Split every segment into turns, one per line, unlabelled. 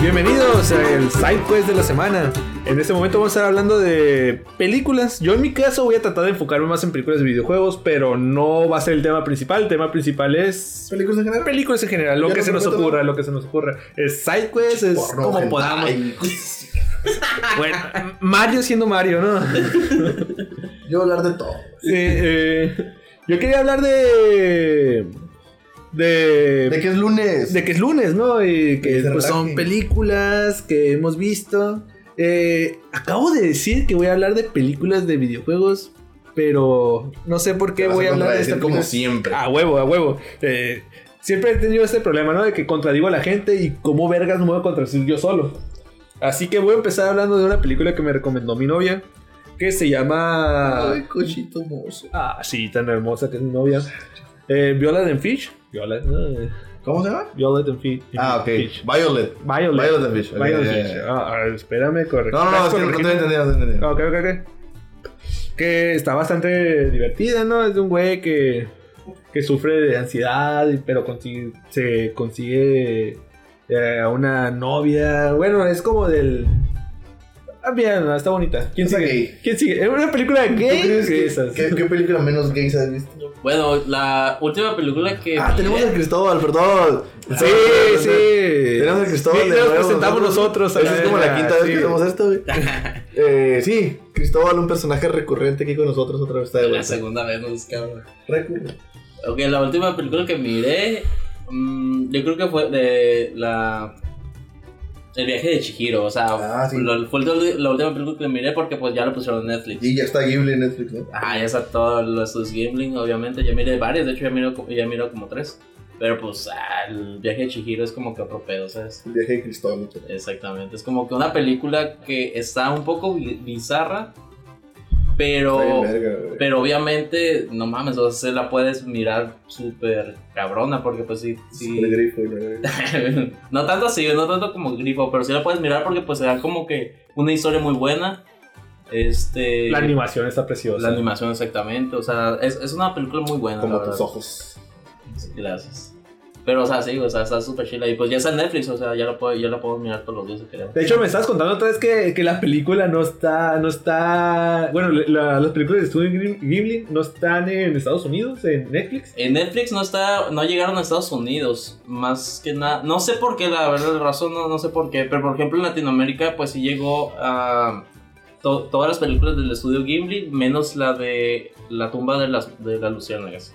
Bienvenidos al Side Quest de la semana. En este momento vamos a estar hablando de películas. Yo en mi caso voy a tratar de enfocarme más en películas de videojuegos, pero no va a ser el tema principal. El tema principal es
¿Películas en general?
películas en general, lo
Ya
que
no
se nos
prometo
ocurra, lo que se nos ocurra. Es Side Quest, es
Porno,
como
hentai.
podamos. Bueno, Mario siendo Mario, ¿no?
Yo voy a hablar de todo.
Sí, eh, yo quería hablar de. De.
¿De qué es lunes?
de que es lunes, ¿no? Y
Que
que
se
pues, son
relaje.
películas que hemos visto. Eh, acabo de decir que voy a hablar de películas de videojuegos, pero no sé por
Te
qué
vas
voy a hablar de
contradecir
esta
como
película.
siempre.
A huevo, a huevo. Eh, siempre he tenido este problema, ¿no? De que contradigo a la gente y cómo vergas no me voy a contradecir yo solo. Así que voy a empezar hablando de una película que me recomendó mi novia, que se llama...
Ah. Ay, cochito mozo.
Ah, sí, tan hermosa que es mi novia. Eh, Violet and Fish. Violet, eh,
¿Cómo se llama?
Violet and Fi- Fish.
Ah, ok. Violet.
Violet.
Violet and Fish, ok,
Violet and
ya, ya,
Fish.
ya.
Ah, ah, espérame, correcto.
No, no, no, es que no te entendí, no te entendí.
Ok, ok, ok. Que está bastante divertida, ¿no? Es de un güey que, que sufre de ansiedad, y- pero consigue, se consigue eh, a una novia. Bueno, es como del... Ah, bien, está bonita. ¿Quién
Está
sigue?
gay.
¿Quién sigue? ¿Es una película
¿Tú
gay?
crees
¿Qué
que-
esas?
¿Qué, qué película menos gays has visto?
Bueno, la última película que.
Ah,
vi-
tenemos a Cristóbal, perdón.
Sí, sí.
Tenemos a Cristóbal.
Sí,
de
nos
nuevo,
presentamos nosotros. a
Esa es como la
verga,
quinta vez
sí.
que hacemos esto, güey. Eh, sí, Cristóbal, un personaje recurrente aquí con nosotros otra vez está de
La
vuelta.
segunda vez nos cabrón.
Recurrente.
Ok, la última película que miré. mm, yo creo que fue de la. El viaje de Chihiro. O sea,
Ah, sí.
lo- fue la última película que miré porque pues ya lo pusieron en Netflix.
Y ya está Ghibli en Netflix, ¿no?
Ajá, ya está todo los sus Gambling, obviamente. Ya miré varias, de hecho ya miro, co- ya miro como tres. Pero pues ah, el viaje de Chihiro es como que otro pedo, ¿sabes?
El viaje de Cristóbal.
Exactamente. Es como que una película que está un poco bi- bizarra. Pero.
Está bien verga, güey.
Pero obviamente, no mames, o sea, la puedes mirar súper cabrona, porque pues sí, sí.
Super grifo, güey.
no tanto así, no tanto como grifo, pero sí la puedes mirar porque pues se da como que una historia muy buena. Este.
La animación está preciosa.
la animación, exactamente. O sea, es, es una película muy buena. la
Como
verdad.
tus ojos.
Gracias. Pero, o sea, sí, o sea, está súper chila. Y pues ya está en Netflix, o sea, ya la puedo, ya la puedo mirar todos los días si queremos.
De hecho, me estabas contando otra vez que, que la película no está. no está Bueno, la- las películas de Studio Ghibli- Ghibli no están en Estados Unidos, en Netflix.
En Netflix no está, no llegaron a Estados Unidos, más que nada. No sé por qué, la verdad, la razón no, no sé por qué, pero por ejemplo en Latinoamérica pues sí llegó a to- todas las películas del estudio Gimli, menos la de la tumba de las de las luciérnagas.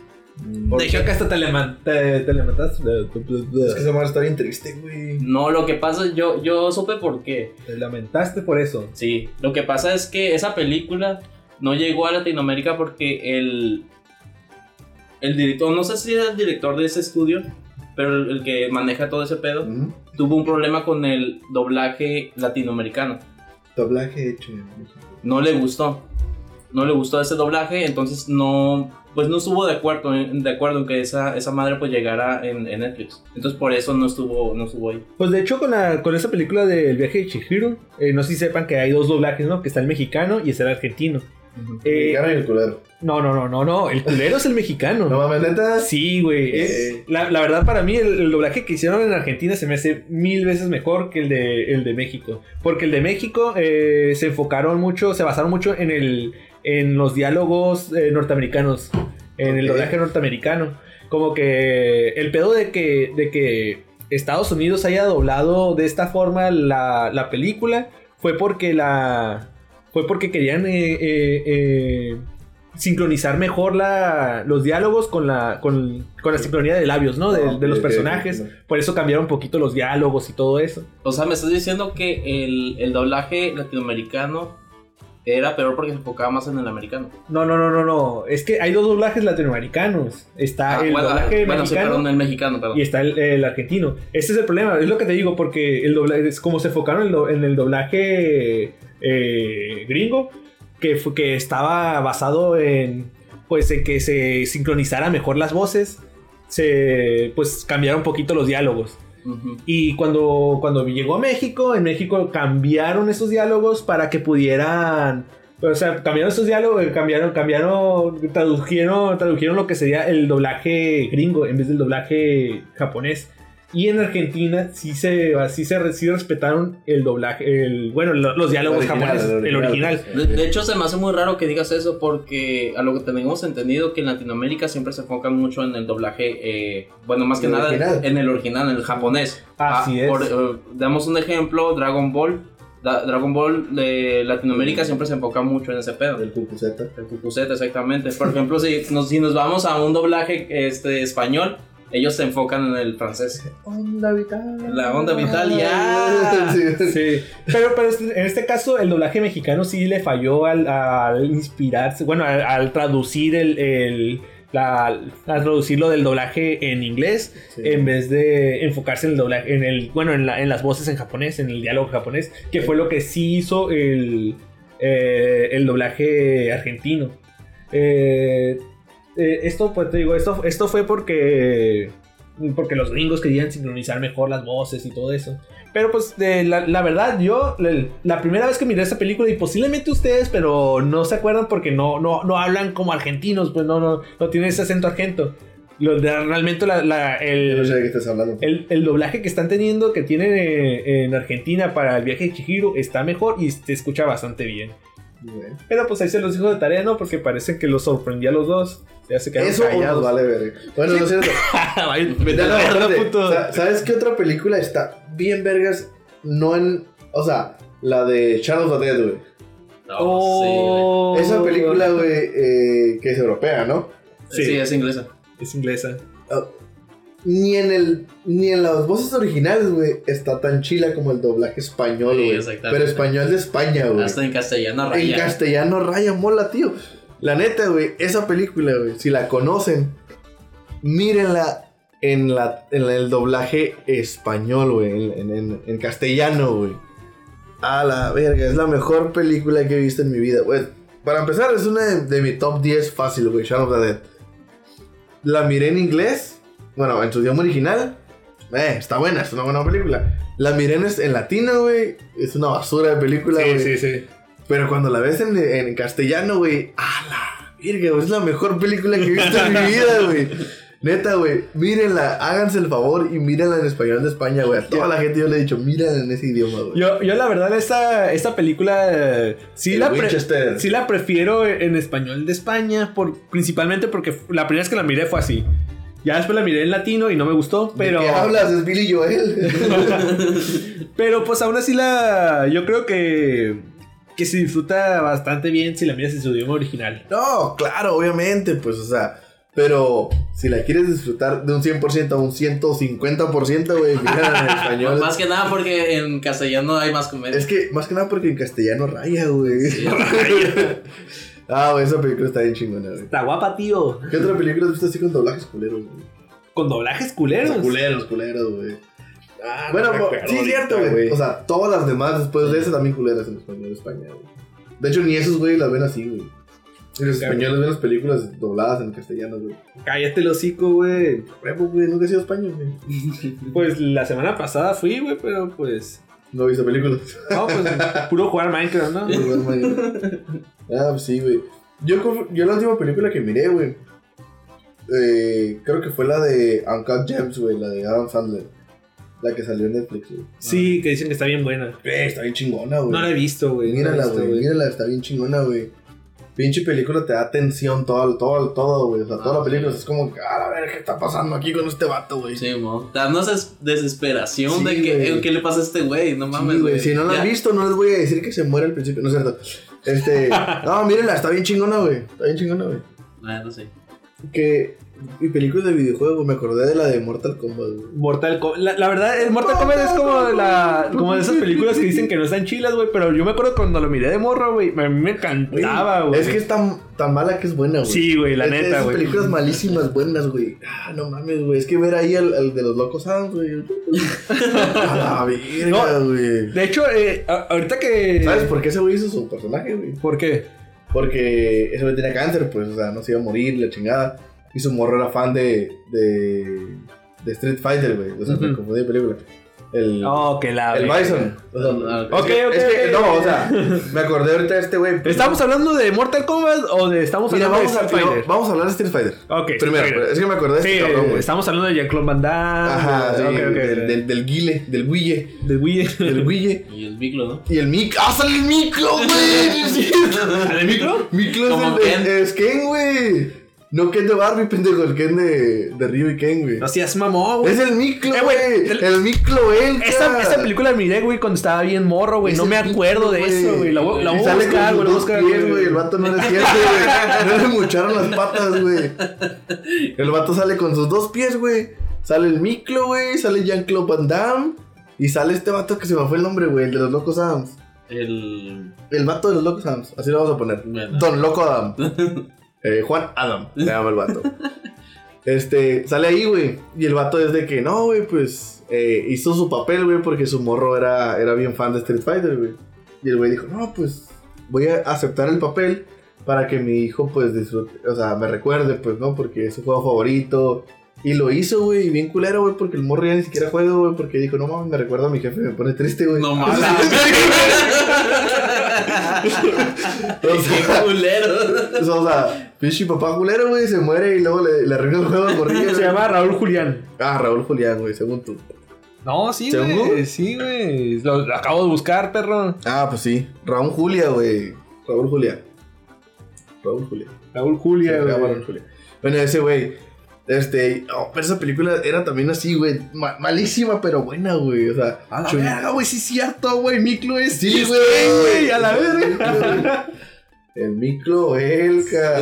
¿Por
De hecho,
qué?
acá está Teleman. Te, te levantas.
Es que esa madre está bien triste, güey.
No, lo que pasa yo yo supe por qué.
Te lamentaste por eso.
Sí, lo que pasa es que esa película no llegó a Latinoamérica porque el el director, no sé si era el director de ese estudio, pero el, el que maneja todo ese pedo
Ujú.
tuvo un problema con el doblaje latinoamericano.
Doblaje hecho en México.
No le gustó. No le gustó ese doblaje, entonces no pues no estuvo de acuerdo en, de acuerdo en que esa, esa madre pues llegara en, en Netflix. Entonces por eso no estuvo no estuvo ahí.
Pues de hecho, con, la, con esa película del viaje de Chihiro, eh, no sé si sepan que hay dos doblajes, ¿no? Que está el mexicano y está el argentino. Eh,
Mexicano y el culero.
no, no, no, no, no. El culero es el mexicano.
No mames, neta.
Sí, güey. es-
Eh.
La, la verdad, para mí, el, el doblaje que hicieron en Argentina se me hace mil veces mejor que el de, el de México. Porque el de México eh, se enfocaron mucho, se basaron mucho en, el, en los diálogos eh, norteamericanos. En el
Ok.
doblaje norteamericano. Como que el pedo de que, de que Estados Unidos haya doblado de esta forma la, la película fue porque la. Fue porque querían eh, eh, eh, sincronizar mejor la, los diálogos con la, con, con la sincronía de labios, ¿no? De,
Ah,
de los
ok, ok,
personajes.
ok.
Por eso cambiaron un poquito los diálogos y todo eso.
O sea, me estás diciendo que el, el doblaje latinoamericano era peor porque se enfocaba más en el americano.
No, no, no, no, no. Es que hay dos doblajes latinoamericanos. Está
Ah,
el
bueno,
doblaje
bueno, sí,
mexicano
perdón, el mexicano, perdón.
y está el, el argentino. Ese es el problema, es lo que te digo, porque el doblaje, es como se enfocaron en, lo- en el doblaje eh, gringo, que, fue- que estaba basado en, pues, en que se sincronizara mejor las voces, se, pues cambiaron un poquito los diálogos.
Ujú.
Y cuando, cuando llegó a México, en México cambiaron esos diálogos para que pudieran. O sea, cambiaron esos diálogos, eh, cambiaron, cambiaron, tradujeron, tradujeron lo que sería el doblaje gringo en vez del doblaje japonés. Y en Argentina sí se, sí se sí respetaron el doblaje, el, bueno, lo- los diálogos
original,
japoneses, el original.
pues,
De, de hecho, se me hace muy raro que digas eso porque a lo que tenemos entendido que en Latinoamérica siempre se enfocan mucho en el doblaje, eh, bueno, más que
¿El
nada
original?
en el original, en el japonés.
Así es.
eh, damos un ejemplo, Dragon Ball. Da- Dragon Ball de Latinoamérica siempre se enfoca mucho en ese pedo.
El cucuceta.
El Cucuceta, exactamente. Por ejemplo, si nos, si nos vamos a un doblaje este, español, ellos se enfocan en el francés.
Onda vital.
La onda vital, ya.
Sí, sí.
Sí. Pero, pero este- en este caso el doblaje mexicano sí le falló al, al inspirarse, bueno, al, al traducir el, el- la, al traducir lo del doblaje en inglés
Sí.
en vez de enfocarse en el doblaje, en el, bueno, en, la- en las voces en japonés, en el diálogo japonés, que fue lo que sí hizo el, eh, el doblaje argentino. Eh, eh, esto, pues te digo, esto, esto fue porque, porque los gringos querían sincronizar mejor las voces y todo eso. Pero pues de la, la verdad, yo la, la primera vez que miré esta película, y posiblemente ustedes, pero no se acuerdan porque no, no, no hablan como argentinos, pues no, no, no tienen ese acento argento. Lo de- realmente la- la-
No sé de
el,
qué estás hablando. pues.
el, el doblaje que están teniendo, que tienen eh, en Argentina para el viaje de Chihiro, está mejor y se escucha bastante bien.
Bueno.
Pero pues ahí se los dijo de tarea, ¿no? Porque parece que los sorprendía a los dos. Ya se quedaron
Eso o nos
callados.
vale ver. Bueno, no es cierto.
Ay, vete
No,
a
no,
la verga,
espérate.
puto.
Sa- ¿Sabes qué otra película está bien vergas? No en. O sea, la de Shadow of the Dead, güey.
No,
Oh.
Esa película, güey, eh, que es europea, ¿no?
sí, güey.
Sí.
Sí, es inglesa.
Es inglesa.
Ni en el. Ni en las voces originales, güey, está tan chila como el doblaje español,
Sí,
güey.
exactamente.
Pero español de España, güey.
Hasta en castellano,
En
raya.
castellano raya mola, tío. La neta, güey, esa película, güey, si la conocen, mírenla en, la, en la- el doblaje español, güey, en, en- en- en castellano, güey. A la verga, es la mejor película que he visto en mi vida, güey. Para empezar, es una de, de mi top 10 fácil, güey, Shadow of the Dead. La miré en inglés, bueno, en su idioma original. Eh, está buena, es una buena película. La miré en, en latino, güey. Es una basura de película, güey.
sí.
Pero cuando la ves en, en castellano, güey, ¡a la virga! güey, Es la mejor película que he visto en mi vida, güey. Neta, güey, mírenla, háganse el favor y mírenla en español de España, güey. A toda la gente yo le he dicho, mírenla en ese idioma, güey.
Yo, yo la verdad, esta, esta película eh, sí
El
la, pre-
Winchester.
sí la prefiero en español de España, por, principalmente porque la primera vez que la miré fue así. Ya después la miré en latino y no me gustó, pero...
¿De qué hablas? Es Billy Joel.
Pero pues aún así la. Yo creo que. Que se disfruta bastante bien si la miras en su idioma original.
no, claro, obviamente, pues, o sea. Pero si la quieres disfrutar de un 100% a un 150%, güey, mírenla en español.
Más que nada porque en castellano hay más comedia.
Es que, más que nada porque en castellano raya, güey.
Sí,
ah, güey, esa película está bien chingona, güey.
Está guapa, tío.
¿Qué otra película has visto así con doblajes culeros, güey?
Con doblajes culeros.
Culeros, culeros, güey.
Ah, no
Bueno,
me
po-
acuerdo
sí, es
ahorita,
cierto, güey. O sea, todas las demás después de esa también culeras en español de España, güey. De hecho, ni esos, güey, las ven así, güey. Y los
Claro.
españoles ven las películas dobladas en castellano, güey.
Cállate el hocico, güey.
Repo, güey, nunca he sido español, güey.
Pues la semana pasada fui, güey, pero pues.
No he visto películas.
No, pues puro jugar Minecraft, ¿no?
Muy buen maño. ah, pues sí, güey. Yo, conf- yo la última película que miré, güey. eh, creo que fue la de Uncut Gems, güey, la de Adam Sandler. La que salió en Netflix, güey.
Sí, que dicen que está bien buena.
Eh, está bien chingona, güey.
No la he visto, güey. no la he
Mírala,
visto,
güey. Mírala, está bien chingona, güey. Pinche película te da tensión todo, todo, todo, güey. O sea,
Ah,
toda la película es como, que, a la ver, ¿qué está pasando aquí con este vato, güey?
Sí, mo. Dándonos des- desesperación
Sí,
de que,
güey.
eh, ¿qué le pasa a este güey? No
Sí,
mames,
güey,
güey.
Si no la
Ya.
han visto, no les voy a decir que se muere al principio. No es cierto. Este. no, mírenla, está bien chingona, güey. Está bien chingona, güey.
Ah, no sé.
Que. Mi película de videojuego, me acordé de la de Mortal Kombat, güey.
Mortal Kombat. La, la verdad, el Mortal Kombat es como de, la, como de esas películas que dicen que no están chilas, güey. Pero yo me acuerdo cuando lo miré de morro, güey. A mí me
Güey,
encantaba, güey.
Es que es tan, tan mala que es buena, güey.
Sí, güey, la
Es de
neta,
esas
güey.
películas malísimas, buenas, güey. Ah, no mames, güey. Es que ver ahí al, al de los locos Adams, güey. A la verga, güey.
De hecho, eh, a- ahorita que.
¿Sabes por qué ese güey hizo su personaje, güey?
¿Por qué?
Porque ese güey tenía cáncer, pues, o sea, no se iba a morir, la chingada. Y su morro era fan de. de. de Street Fighter, güey. O sea, me
Ujú.
confundí de película. El,
Oh, que la.
el
verga.
Bison. O sea,
Ah,
ok,
es que-
ok,
es que,
ok,
no,
ok.
o sea, me acordé ahorita de este güey.
¿Estamos hablando de Mortal Kombat o de estamos
Mira,
hablando
vamos,
de
a,
Street Fighter?
no, vamos a hablar de Street Fighter.
Ok, Street
Primero,
Fighter.
es que me acordé de
Sí,
este cabrón, güey.
estamos hablando de Jean-Claude Van Damme.
Ajá, sí,
ok, ok.
del, del, del guile, del guille,
De Wii.
del guille.
Y el Biglo, ¿no?
Y el mic. ¡Ah, sale el micro, güey!
¿Al de micro?
Micro
Como
es, el-
Ken.
es Ken, güey. No Ken de Barbie, pendejo, el Ken de, de Ryu y Ken, güey.
No seas mamón, güey.
Es el micro,
Eh, güey,
güey.
del-
El micro, él.
Esa, esa película la miré, güey, cuando estaba bien morro, güey.
Es
No
el
me acuerdo de
güey.
eso, güey. La voy la
Y
voy a
sale
buscar,
con
güey. La voy a
sus
buscar.
dos pies, güey. El vato no le siente, güey. No le mucharon las patas, güey. El vato sale con sus dos pies, güey. Sale el micro, güey. Sale Jean-Claude Van Damme. Y sale este vato que se me fue el nombre, güey. El de los Locos Adams.
El.
El vato de los Locos Adams. Así lo vamos a poner.
Bueno.
Don Loco Adam. Eh, Juan Adam. Se llama el vato. Este, sale ahí, güey. Y el vato es de que no, güey, pues eh, hizo su papel, güey, porque su morro era, era bien fan de Street Fighter, güey. Y el güey dijo, no, pues voy a aceptar el papel para que mi hijo, pues, disfrute, o sea, me recuerde, pues, ¿no? Porque es su juego favorito. Y lo hizo, güey, y bien culero, güey, porque el morro ya ni siquiera juega, güey, porque dijo, no mames, me recuerda a mi jefe, me pone triste, güey.
No mames.
O sea,
Qué culero.
o sea, o sea, pinche papá culero, güey, se muere y luego le, le arruina el juego al morrillo, güey.
Se llama Raúl Julián.
Ah, Raúl Julián, güey, según tú.
No, sí,
¿Según?
güey. Sí, güey. Lo, lo acabo de buscar, perro.
Ah, pues sí. Raúl Julia, güey. Raúl Julián. Raúl Julián.
Raúl Julián,
Se llama
güey.
Raúl Julián. Bueno, ese güey. Este, oh, pero esa película era también así, güey. ma- malísima, pero buena, güey. O sea,
A la
chun-
verga, güey. Sí, es cierto, güey. Miclo es.
Sí,
es
güey.
gay, güey. A la
Miclo,
verga.
güey. El micro Elka.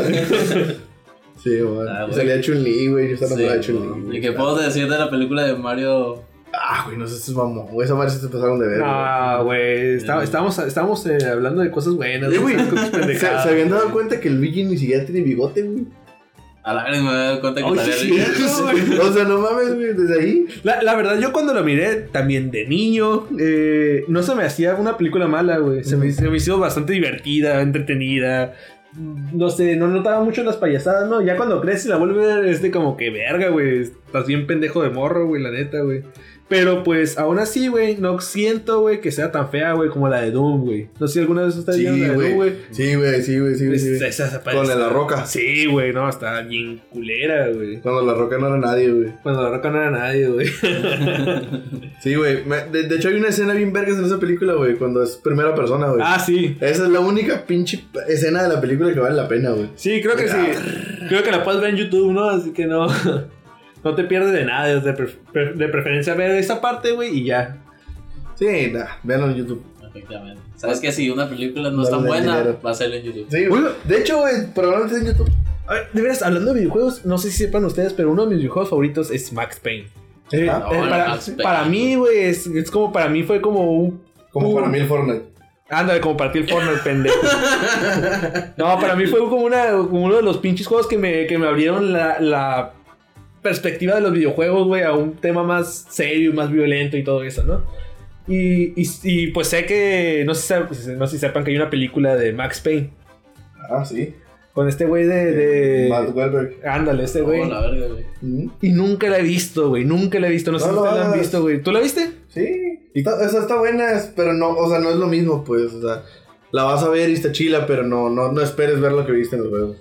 Sí, güey.
Ah,
Y
güey.
salía Chun-Li, güey. Yo estaba
Sí,
enamorado de Chun-Li.
¿Y
güey.
qué puedo decir de la película de Mario?
Ah, güey, no sé si es mamón. Güey, esa madre se te pasaron de ver.
No, güey. Está- Estamos, estamos eh, hablando de cosas buenas.
güey. Eh, güey,
estamos con tus
se,
pendejadas.
se habían dado cuenta que el Luigi ni siquiera tiene bigote, güey.
A la vez me doy cuenta que
Oye,
estaría
sí, No,
rico.
güey.
o sea, no mames, güey, desde ahí.
La, la verdad, yo cuando lo miré también de niño, eh, no se me hacía una película mala, güey. Se, me- se me hizo bastante divertida, entretenida. No sé, no notaba mucho las payasadas, ¿no? Ya cuando creces la vuelve a ver, este como que verga, güey. Estás bien pendejo de morro, güey, la neta, güey. Pero pues aún así, güey, no siento, güey, que sea tan fea, güey, como la de Doom, güey. No sé si alguna vez ustedes vieron la de Doom, güey.
Sí, güey, sí, güey, sí, güey. sí, güey.
Esa- esa-
Con la roca.
Sí, güey, no, estaba bien culera, güey.
Cuando la roca no era nadie, güey.
Cuando la roca no era nadie, güey.
Sí, güey. me- De, de hecho, hay una escena bien vergas en esa película, güey, cuando es primera persona, güey.
ah, sí.
Esa es la única pinche escena de la película que vale la pena, güey.
Sí, creo que sí. Creo que la puedes ver en YouTube, ¿no? Así que no. No te pierdes de nada. De, pre- pre- de preferencia ver esa parte, güey, y ya.
Sí, nah, véanlo en YouTube.
Perfectamente. Sabes que si una película no es
Dale
tan buena,
dinero.
va a ser en YouTube.
Sí, güey. De hecho, güey, probablemente en YouTube.
A ver, de veras, hablando de videojuegos, no sé si sepan ustedes, pero uno de mis videojuegos favoritos es Max Payne. Eh,
Ah,
eh,
no,
para,
Max Payne.
para mí, güey, es, es como para mí fue como un.
Como
Uh.
para mí el Fortnite.
Ándale, como para ti el Fortnite, pendejo. No, para mí fue como, una, como uno de los pinches juegos que me, que me abrieron la, la perspectiva de los videojuegos, güey, a un tema más serio, y más violento y todo eso, ¿no? Y, y, y, pues sé que, no sé, si sep- no sé si sepan que hay una película de Max Payne,
Ah, sí.
con este güey de...
Matt
de...
Wahlberg.
Ándale, este
Oh,
güey.
la verga, güey.
Mm.
Y nunca la he visto, güey, nunca la he visto, no, sé
No
si
lo
ustedes la han
hagas.
visto, güey. ¿Tú la viste?
Sí, está, o sea, está buena, es- pero no, o sea, no es lo mismo, pues, o sea, la vas a ver y está chila, pero no, no, no esperes ver lo que viste en los juegos.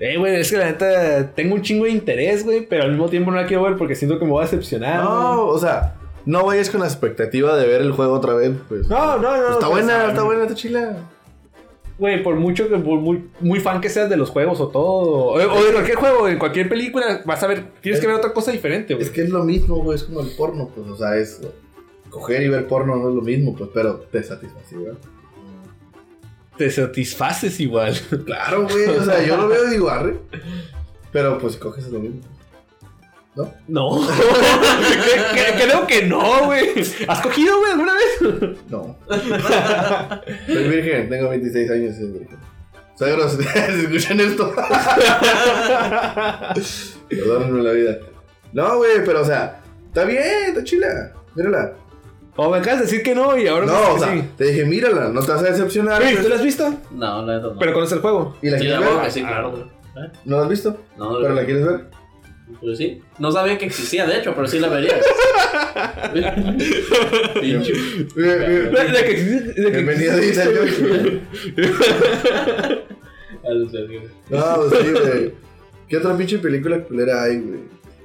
Eh, güey, es que la neta tengo un chingo de interés, güey, pero al mismo tiempo no la quiero ver porque siento que me voy a decepcionar. güey.
No, o sea, no vayas con la expectativa de ver el juego otra vez, pues.
No, no, no.
está
pues,
buena,
ah,
está buena, está chila.
Güey, por mucho que por muy, muy fan que seas de los juegos o todo, o, o de cualquier juego, en cualquier película, vas a ver, tienes que ver otra cosa diferente, güey.
Es que es lo mismo, güey, es como el porno, pues, o sea, es coger y ver porno no es lo mismo, pues, pero te satisface, ¿verdad?
te satisfaces igual.
Claro, güey, o sea, yo lo veo y digo, arre, pero pues si coges es lo mismo.
No. Cre- cre- Creo que no, güey. ¿Has cogido, güey, alguna vez?
No. Soy virgen, tengo 26 años y soy virgen. Sagros, si escuchan esto. Perdónenme la vida. No, güey, pero o sea, está bien, está chila. Mírala.
O me acabas de decir que no y ahora me
No, o
dices
sea,
que
te dije, mírala, no te vas a decepcionar.
sí. Güey, ¿tú
pues.
la has visto?
No, la neta no.
Pero conoces el juego.
¿Y la
sí,
quieres
la
ver?
boca, sí, claro, güey. ¿Eh?
¿No la has visto?
No,
¿Pero la quieres ver?
Pues sí. No sabía que existía, de hecho, pero sí la vería. Pinche.
La, la que existe. la que
Bienvenido a
existe,
Disney.
güey.
güey. No, pues sí, güey. ¿Qué otra pinche película culera hay, güey?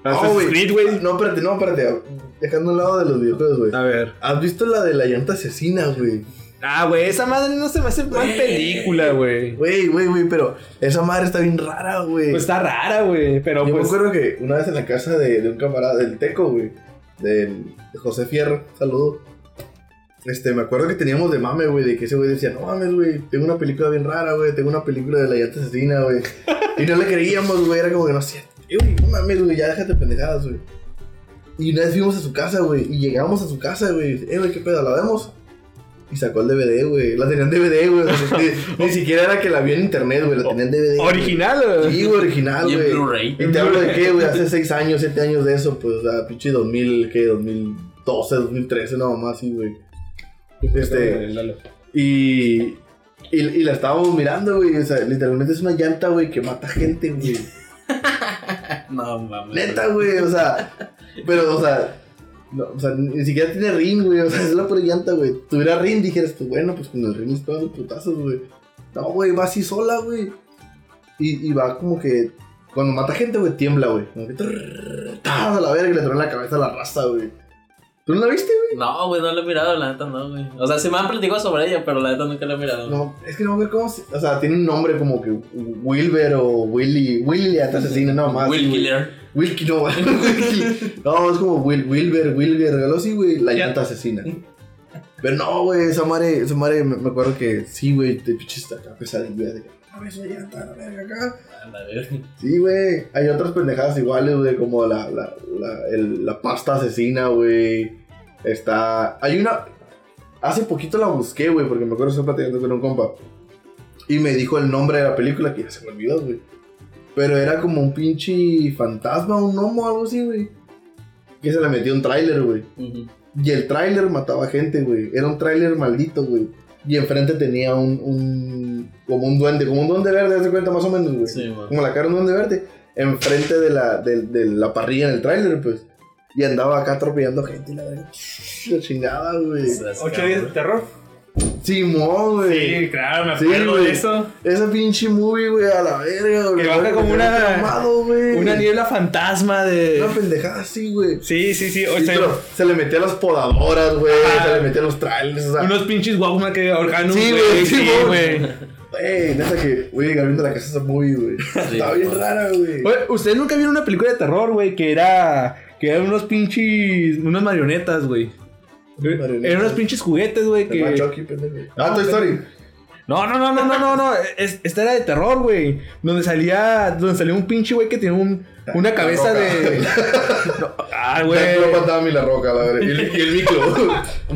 Assassin's
güey.
Creed, güey.
No, espérate, no, espérate. Dejando a un lado de los videojuegos, güey.
A ver.
¿Has visto la de la llanta asesina, güey?
Ah, güey, esa madre no se me hace mal película, güey.
Güey, güey, güey, pero esa madre está bien rara, güey.
Pues está rara, güey. Pero
Yo me
pues.
acuerdo que una vez en la casa de, de un camarada del Teco, güey, del de José Fierro, saludo. Este, me acuerdo que teníamos de mame, güey, de que ese güey decía, no mames, güey, tengo una película bien rara, güey, tengo una película de la llanta asesina, güey. Y no le creíamos, güey, era como que no sé, güey, no mames, güey, ya déjate pendejadas, güey. Y una vez fuimos a su casa, güey, y llegamos a su casa, güey, eh, güey, qué pedo, la vemos. Y sacó el DVD, güey, la tenían DVD, güey, o sea, ni, ni siquiera era que la vio en internet, güey, la tenían DVD. güey.
Original, güey.
Sí, güey, original,
Y en
Ah, güey.
Blu-ray.
Y te hablo de qué, güey, hace 6 años, 7 años de eso, pues, o sea, pinche 2000, ¿qué? 2012, 2013, nada más, sí, güey. Este, y, y, y la estábamos mirando, güey, o sea, literalmente es una llanta, güey, que mata gente, güey.
No mames.
Neta, güey, o sea, pero, o sea, no, o sea, ni siquiera tiene ring, güey, o sea, es la pura llanta, güey. Tuviera ring, dijeras tú, bueno, pues con el ring es todo putazos, güey. No, güey, va así sola, güey. Y, y va como que, cuando mata gente, güey, tiembla, güey. Como que, trrr, tas, a la verga, y le trae la cabeza a la raza, güey. ¿Tú no la viste, güey?
No, güey, no la he mirado, la neta no, güey. O sea, sí me han platicado sobre ella, pero la neta nunca la he mirado.
No, es que no me acuerdo cómo se- o sea, tiene un nombre como que Wilber o Willy, Willy hasta asesino, no más.
Will
güey.
Killer.
Wilky no, güey. Wilky. No, es como Wil- Wilber, Wilber, algo así, güey. La llanta asesina. Pero no, güey, esa madre, esa madre, me, me acuerdo que sí, güey, te pichiste acá pesadilla. De, a ver, esa llanta, la verga acá.
Anda, güey.
Sí, güey, hay otras pendejadas iguales, güey, como la, la, la, el- la pasta asesina, güey. Está, hay una, hace poquito la busqué, güey, porque me acuerdo que estaba platicando con un compa. Y me dijo el nombre de la película, que ya se me olvidó, güey. Pero era como un pinche fantasma, un gnomo, algo así, güey. Que se le metió un tráiler, güey.
Ujú.
Y el tráiler mataba gente, güey. Era un tráiler maldito, güey. Y enfrente tenía un, un... Como un duende, como un duende verde, ¿te das cuenta? Más o menos, güey
Sí, güey.
como la cara de un duende verde, enfrente de la, de, de la parrilla en el tráiler, pues. Y andaba acá atropellando gente y la verga. La chingada, güey.
Estás
¿Ocho
cabrón.
días de terror?
Simón, güey.
claro, me
Sí, güey. Esa pinche movie, güey, a la verga, güey.
Que baja como
Me
una-
quedé traumado, güey.
Una niebla fantasma de.
Una pendejada así, güey.
Sí, sí, sí. O
Sí,
sea,
pero se le metía a las podadoras, güey.
Ajá.
Se le metía a los trailers, o sea.
unos pinches guagumas que ahorcan un
Sí, güey,
güey.
sí,
Sí,
güey.
güey.
Güey, neta que, güey, Gabriel de la casa esa movie, güey. Estaba bien
güey.
rara, güey.
Oye, Ustedes nunca vieron una película de terror, güey, que era. Que eran unos pinches. Unas marionetas, güey.
Marionetas.
Eran unos pinches juguetes, güey.
Se llama
Que...
Chucky, pendejo. Ah, Toy Story.
No, no, no, no, no, no, no. Es- esta era de terror, güey. Donde salía. Donde salía un pinche güey que tenía un. Una cabeza
Roca.
de. No, ah, güey.
Lo mataba a mí la roca, la verga. Y el, y el miclo.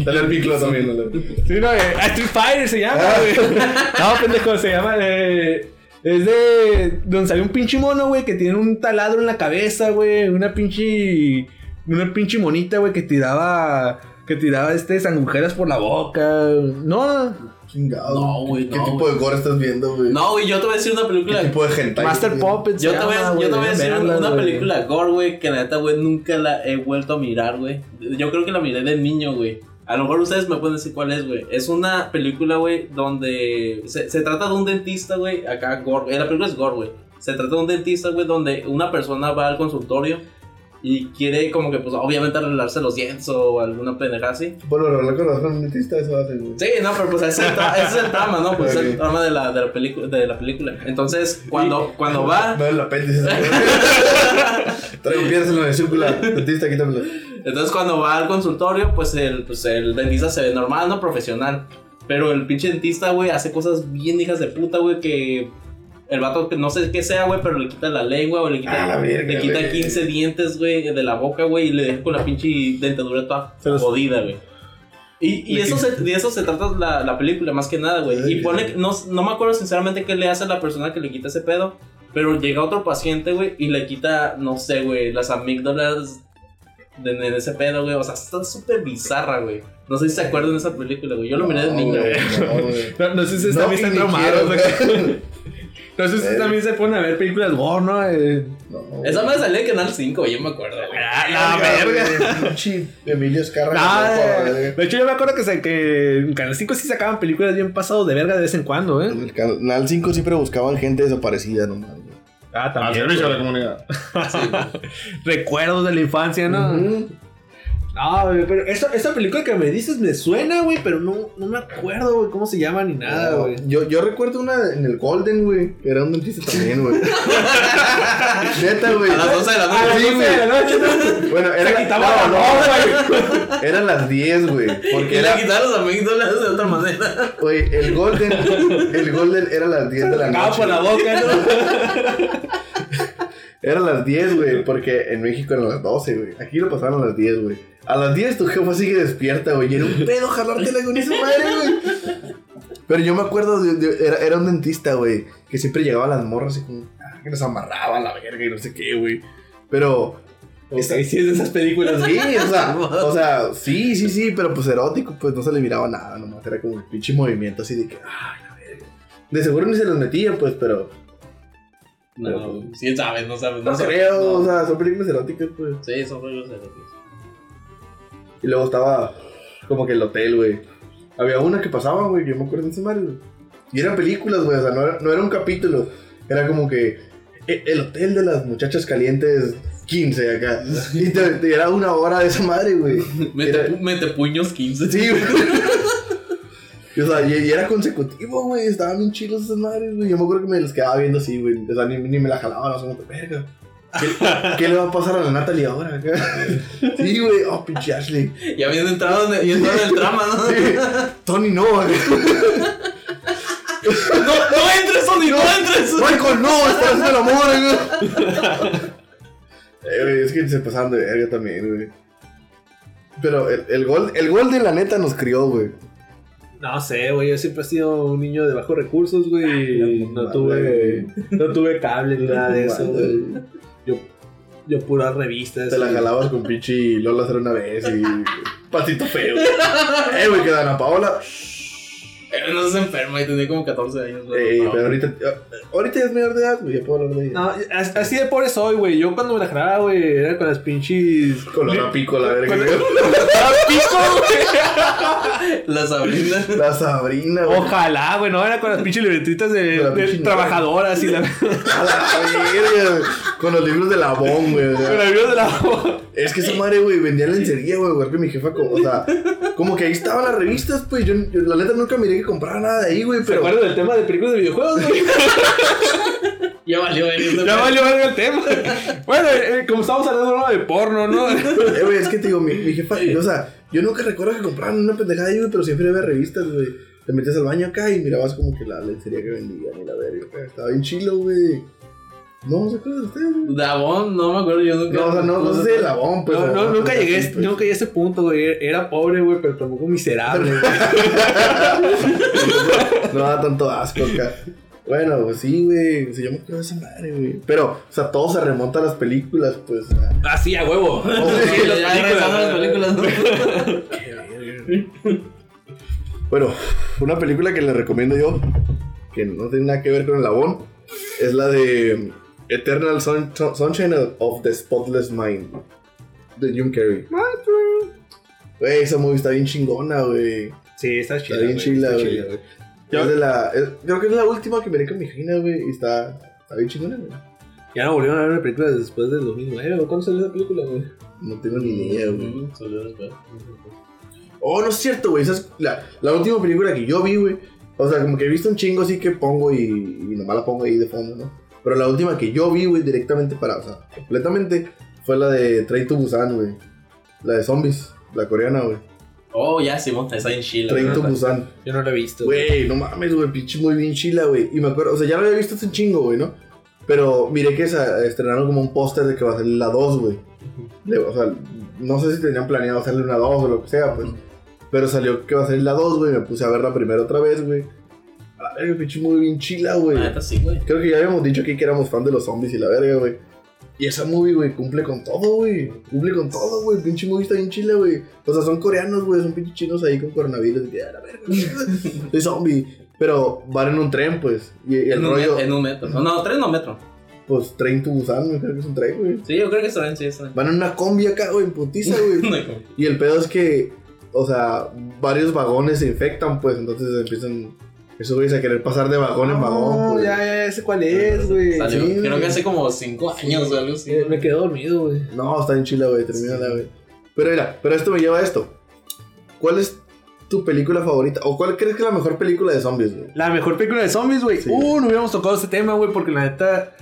Dale el miclo también. a la verga.
Sí, no, eh, ah, Street Fighter se llama,
Ah.
güey. No, pendejo, se llama. eh, es de. Donde salió un pinche mono, güey, que tiene un taladro en la cabeza, güey. Una pinche. Una pinche monita, güey, que tiraba. Que tiraba este sangujeras por la boca. No,
Chingado.
No, güey,
¿Qué
no,
tipo
güey.
de gore estás viendo, güey?
No, güey, yo te voy a decir una película.
¿Qué tipo de hentai?
Master
güey?
Puppet. se
Yo te voy
llama,
a, yo te voy
güey,
a decir
veanla,
una
güey.
película gore, güey, que la neta, güey, nunca la he vuelto a mirar, güey. Yo creo que la miré de niño, güey. A lo mejor ustedes me pueden decir cuál es, güey. Es una película, güey, donde se, se trata de un dentista, güey, acá gore. eh, la película es gore, güey. Se trata de un dentista, güey, donde una persona va al consultorio y quiere como que, pues, obviamente arreglarse los dientes o alguna pendejada así.
Bueno, lo hablé con razón, nitista, eso hace, güey.
Sí, no, pero pues ese es el, tra- ese es el trama, ¿no? Pues es
Ok.
el trama de la, de la, pelicu- de la película. Entonces, cuando, cuando va...
No, el apéndice. Traigo piedras en la vesícula. Dentista, quítamelo.
Entonces cuando va al consultorio, pues el, pues el dentista se ve normal, no profesional. Pero el pinche dentista, güey, hace cosas bien hijas de puta, güey, que el vato, que no sé qué sea, güey, pero le quita la lengua, o le quita,
Ah, la verga,
le quita
güey.
15 dientes, güey, de la boca, güey, y le deja con la pinche dentadura toda
Se los-
jodida, güey. Y, y
Le
eso
quita-
se, de eso se trata la, la película, más que nada, güey.
Ay,
Y pone, no, no me acuerdo sinceramente qué le hace a la persona que le quita ese pedo, pero llega otro paciente, güey, y le quita, no sé, güey, las amígdalas de, de ese pedo, güey. O sea, está súper bizarra, güey. No sé si se acuerdan de esa película, güey. Yo lo miré de
No,
niño,
güey,
güey.
No, güey.
No, no sé si
No,
están
y
bien
ni
traumados,
quiero,
güey.
güey. Eh.
Entonces usted también se pone a ver películas gore, ¿no? Eh,
No, Ah,
Esa me salió en Canal 5, yo me acuerdo. güey.
la verga.
Pinche Emilio Escarra.
Ah,
la verga.
de hecho, yo me acuerdo que, se- que en Canal 5 sí sacaban películas bien pasado de verga de vez en cuando, ¿eh?
En el canal 5 siempre buscaban gente desaparecida, no mames.
Ah,
Al
también.
servicio de la comunidad.
Recuerdos de la infancia, ¿no?
Ujú.
Ah, güey, pero esa, esa película que me dices me suena, güey, pero no, no me acuerdo, güey, cómo se llama ni nada,
No,
güey.
yo, yo recuerdo una en el Golden, güey. que Era un dentista también, güey. Neta, güey.
A las 12 de
Ah,
la
A las
noche.
Sí,
doce de la noche, ¿no?
Bueno, era
Ah, Se quitaba la
no,
ropa, güey.
no, eran las 10, güey. Porque
Y le
era,
quitaron los amigos de otra manera.
güey, el Golden, el Golden era las 10 de la
Sacaba
noche.
por la boca, ¿no?
Era las 10, güey, porque en México eran las 12, güey. Aquí lo pasaron a las 10, güey. A las 10 tu jefa sigue despierta, güey. Y era un pedo jalártela con esa madre, güey. Pero yo me acuerdo, de, de- era, era un dentista, güey, que siempre llegaba a las morras y como, ah, que nos amarraba a la verga y no sé qué, güey. Pero, este,
Esa- sí, es de esas películas.
sí, o sea, o sea, sí, sí, sí, pero pues erótico, pues no se le miraba nada, nomás era como un pinche movimiento así de que, ay, la verga. De seguro ni se los metían, pues, pero
No, sí, sabes, no sabes.
pues, no
No
se
sabes.
creo, o
No.
sea, son películas eróticas, pues.
Sí, son juegos eróticos.
Y luego estaba como que el hotel, güey. Había una que pasaba, güey, yo me acuerdo en madre, güey. Y eran películas, güey, o sea, no era, no era un capítulo. Era como que e- el hotel de las muchachas calientes 15 acá. Y te, te- era una hora de esa madre, güey.
Mete,
Era-
pu- mete puños 15.
Sí, güey. Y, o sea, y, y era consecutivo, güey. Estaban bien chilos esas madres, güey. Yo me acuerdo que me las quedaba viendo así, güey. O sea, ni, ni me la jalaba, no sé cómo verga. ¿Qué, qué le va a pasar a la Natalie ahora? acá? Sí, güey. Oh, pinche Ashley.
Ya habían entrado en el, ya entraron en el trama, ¿no?
Sí. Tony no, güey.
No, no entres, Sony, no, entres.
Michael no, estás haciendo el amor, güey. Eh, güey, es que se pasaron de verga también, güey. Pero el, el gol, el gol de la neta nos crió, güey.
No sé, güey, yo siempre he sido un niño de bajos recursos, güey.
Ah, la
y No
madre,
tuve, no tuve cable ni nada de eso,
Madre.
güey. Yo, yo puras revistas.
Te la
güey.
jalabas con pinche Lola hacer una vez y. Patito feo. Eh, güey, que Dana Paola.
Pero no se enferma y tenía como 14 años. güey.
Eh,
No.
pero ahorita. Ahorita ya es mayor de edad, güey, ya puedo hablar de ella.
No, as- así de pobre soy, güey. Yo cuando me la jalaba, güey, era con las pinches.
Con la pico, la verga.
La Sabrina.
La Sabrina,
Oh.
güey.
Ojalá, güey, no era con las pinches libretitas de,
Con la
de
pinche novela.
trabajadoras y la,
A la verga, güey. Con los libros de la Bon, güey. o sea.
con la vida de la
Es que
Eh,
esa madre, güey, vendía lencería, güey, güey, que mi jefa, como, o sea, como que ahí estaban las revistas, pues, yo, yo la neta nunca miré que comprara nada de ahí, güey,
¿Se
pero...
acuerdan del tema de películas de videojuegos, güey?
Ya valió eh, ver
ya valió verga el tema. Bueno, eh, como estamos hablando ¿no? de porno, ¿no?
Eh, güey, es que te digo, mi, mi jefa, o sea, yo nunca recuerdo que compraran una pendejada ahí, güey, pero siempre había revistas, güey. Te metías al baño acá y mirabas como que la lencería que vendían y la verga, güey, estaba bien chilo, güey. No, ¿se acuerdan ustedes, güey?
Davon, no me acuerdo yo nunca.
No, o sea, no, no sé si de labón, pues.
no,
o
no,
sea,
nunca
pues,
llegué,
así, pues.
nunca llegué a ese punto, güey. Era pobre, güey, pero tampoco miserable.
No da tanto asco acá. Bueno, pues sí, güey. Se llama que esa madre, güey. Pero, o sea, todo se remonta a las películas, pues. a-
Así, a huevo.
Sí,
Sí, las
ya regresando a las películas. ¿no?
Bueno, una película que les recomiendo yo, que no tiene nada que ver con el labón, es la de Eternal Sun- Sun- Sunshine of the Spotless Mind, de Jim Carrey. Güey, esa movie está bien chingona, güey.
Sí, está chida.
bien
güey,
chila,
está
güey.
chila, güey. Yo-
Es de la- es- Creo que es la última que miré con mi gina, güey, y está, está bien chingona, güey.
Ya no volvieron a ver una película después del 2009. ¿o ¿Cuándo salió esa película, güey?
No tengo ni idea, güey.
Mm, salió después.
Oh, no es cierto, güey. Esa es la, la última película que yo vi, güey. O sea, como que he visto un chingo así que pongo y, y nomás la pongo ahí de fondo, ¿no? Pero la última que yo vi, güey, directamente para, o sea, completamente, fue la de Train to Busan, güey. La de zombies, la coreana, güey.
Oh, ya, Simón, está en Chile.
Train to
¿verdad?
Busan.
Yo no la he visto.
Güey, no mames, güey, pinche muy bien chila, güey. Y me acuerdo, o sea, ya lo había visto hace un chingo, güey, ¿no? Pero miré que sa- estrenaron como un póster de que va a salir la 2, güey. Le- O sea, no sé si tenían planeado hacerle una 2 o lo que sea, pues. Pero salió que va a salir la 2, güey. Me puse a verla primero otra vez, güey. A la verga, pinche muy bien chila, güey.
Ah, neta, sí, güey.
Creo que ya habíamos dicho aquí que éramos fan de los zombies y la verga, güey. Y esa movie, güey, cumple con todo, güey. Cumple con todo, güey. Pinche movie está bien chila, güey. O sea, son coreanos, güey. Son pinches chinos ahí con coronavirus. Y, a la verga, soy zombie. Pero van en un tren, pues. Y, y el
en, un
rollo,
met- en un metro. No, no, tren no metro.
pues, tren to Busan, güey, creo que es un tren, güey.
Sí, yo creo que es tren, sí, es tren.
Van en una combi acá, güey, en putiza, güey.
No hay como-
y el pedo es que, o sea, varios vagones se infectan, pues. Entonces empiezan esos güeyes a querer pasar de vagón en vagón,
Ah,
pues.
No,
güey.
ya, ya, ya sé cuál es, güey.
Salió,
sí,
creo
güey.
que hace como 5 años o algo así.
Eh, Me quedé dormido, güey.
No, está en chila, güey. Termínala, güey. Pero mira, pero esto me lleva a esto. ¿Cuál es tu película favorita? ¿O cuál crees que es la mejor película de zombies, güey?
La mejor película de zombies, güey.
Sí.
Uh, no hubiéramos tocado ese tema, güey, porque la neta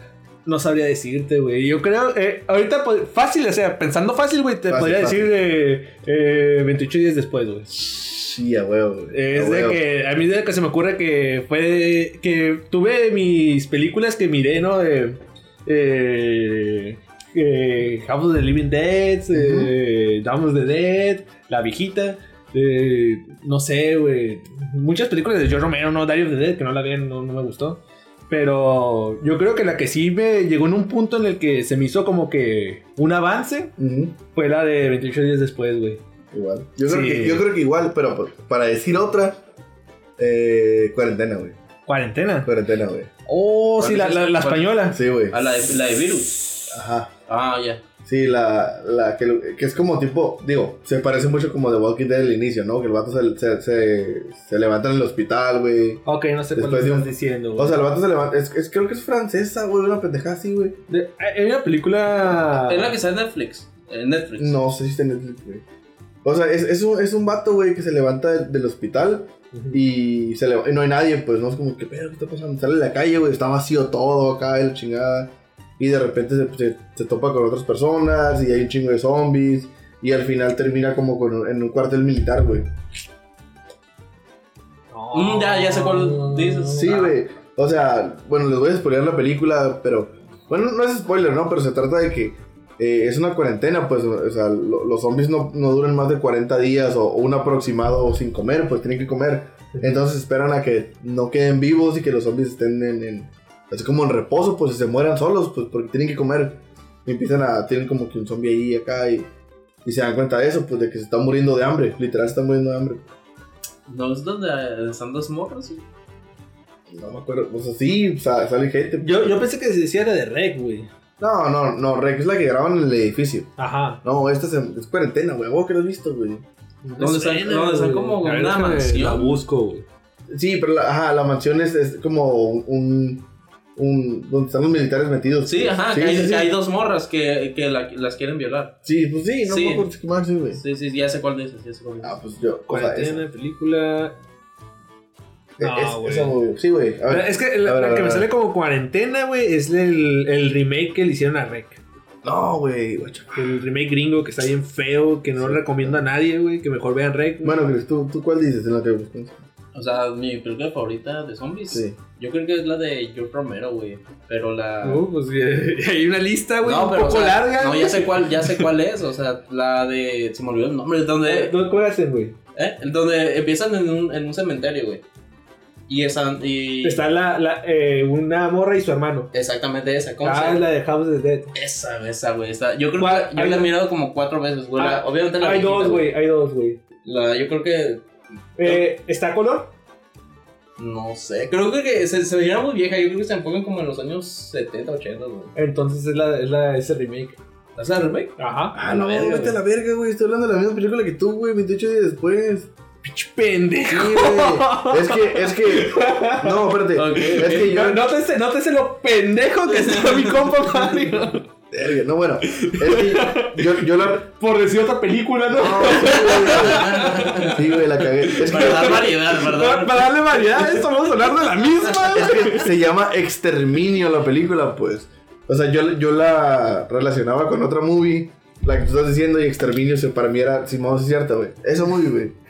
no sabría decirte, güey. Yo creo, eh, ahorita pod- fácil, o sea, pensando fácil, güey, te
Fácil,
podría
fácil.
decir eh, eh, 28 días después, güey.
Sí, a huevo, güey.
Es de
a huevo.
que a mí de que se me ocurre que fue de- que tuve mis películas que miré, ¿no? De, eh, eh, House of the Living Dead, eh, Dawn of the Dead, La Viejita, eh, no sé, güey. Muchas películas de George Romero, ¿no? Dario of the Dead, que no la vi, no, no me gustó. Pero yo creo que la que sí me llegó en un punto en el que se me hizo como que un avance
Ujú,
fue la de 28 días después, güey.
Igual. Yo, creo
Sí.
que, yo creo que igual, pero por- para decir otra, eh, cuarentena, güey.
Cuarentena.
Cuarentena, güey.
Oh, sí, la, la- la
Cuarentena.
española.
Sí, güey.
Ah, la de, la de virus.
Ajá.
Ah, ya.
Sí, la, la que, lo- que es como tipo, digo, se parece mucho como The Walking Dead al inicio, ¿no? Que el vato se, se, se, se levanta en el hospital, güey.
Ok, no sé cuál
Después de
estás
un-
diciendo, güey.
O sea, el vato se levanta. Es, es- creo que es francesa, güey. Una pendejada así, güey.
De- eh, hay una película.
Es la que está en Netflix. En Netflix.
No sé si está en Netflix, güey. O sea, es, es un, es un vato, güey, que se levanta del, del hospital
Ujú.
y se le- y no hay nadie, pues, ¿no? Es como, ¿qué pedo? ¿Qué está pasando? Sale a la calle, güey, está vacío todo acá, el chingada. Y de repente se, se- se topa con otras personas y hay un chingo de zombies. Y al final termina como con un- en un cuartel militar, güey.
No.
Mm, ya, ya sé cuál dices.
Sí,
Ah.
güey. O sea, bueno, les voy a spoiler la película, pero. Bueno, no es spoiler, ¿no? Pero se trata de que eh, es una cuarentena, pues, o sea, lo- los zombies no, no duran más de 40 días o, o un aproximado sin comer, pues tienen que comer. Entonces esperan a que no queden vivos y que los zombies estén en. en- así como en reposo, pues, si se mueran solos, pues, porque tienen que comer. Y empiezan a. Tienen como que un zombie ahí acá y. Y se dan cuenta de eso, pues, de que se están muriendo de hambre. Literal, se están muriendo de hambre.
¿No es donde eh, están dos morros?
No me acuerdo. O sea, sí, sa- sale gente.
Yo, yo pensé que se decía era de Rec, güey.
No, no, no, Rec es la que graban en el edificio.
Ajá.
No, esta es, en- es cuarentena, güey. ¿Vos que lo has visto, güey?
¿Dónde están- dónde están como una mansión?
La busco, güey.
Sí, pero la, ajá, la mansión es, es como un, un. donde están los militares metidos.
Sí,
pues.
ajá,
Sí,
que, hay,
sí, sí.
que hay dos morras que, que la- las quieren violar.
Sí, pues sí, no
Sí.
me acuerdo qué más, sí, güey.
Sí, sí, ya sé cuál dices, ya sé cuál dices.
Ah, pues yo. O sea, esa, E,
Cuarentena, película. No,
es-
güey.
esa movie. Sí, güey. A ver.
Es que la,
a ver,
la
a ver,
que
a
me
ver.
sale como cuarentena, güey, es el, el remake que le hicieron a Rec.
No, güey, guacha.
El remake gringo que está bien feo, que no
Sí.
recomiendo a nadie, güey, que mejor vean Rec. güey.
Bueno, Chris, ¿tú, ¿tú cuál dices en la que buscamos?
O sea, mi película favorita de zombies.
Sí.
Yo creo que es la de George Romero, güey. Pero la.
Uh, pues eh, hay una lista, güey, un
pero,
poco
o sea,
larga.
No,
güey.
ya sé cuál, ya sé cuál es. O sea, la de. Se me olvidó el nombre. Donde,
¿Dónde cuál hacen, güey?
¿eh? donde empiezan en un, en un cementerio, güey. Y están. Y,
Está la, la, eh, una morra y su hermano.
Exactamente esa. ¿cómo se
Ah,
llama?
es la de House of the Dead.
Esa, esa, güey. esa. Yo creo
¿Cuál?
que yo
Hay
la he
dos.
mirado como cuatro veces, güey. la-
Ah,
obviamente la.
Hay
viejita,
dos, güey, hay dos, güey.
La, yo creo que.
Eh, ¿Está color?
No sé. Creo que- que se, se veía muy vieja. Yo creo que se enfocan como en los años 70, 80, güey.
Entonces es la, es la ese remake.
¿Es la remake?
Ajá.
Ah, no,
la verga,
vete a la verga, güey. Estoy hablando de la misma película que tú, güey. 28 días después.
Pinche pendejo.
Sí, güey. Es que, es que. No, espérate.
Ok,
es
ok.
que yo.
No, nótese, nótese lo pendejo que está mi compa Mario.
Verga, No, bueno. Es que yo, yo la.
Por decir otra película, ¿no?
No, sí, güey. Sí, güey, la cagué. Es
Verdad,
que,
variedad,
Para,
verdad.
para darle variedad a esto, vamos a hablar de la misma.
es que se llama Exterminio la película, pues. O sea, yo, yo la relacionaba con otra movie. La que tú estás diciendo y Exterminio se, para mí era, si vamos es cierta, güey. Esa movie, güey.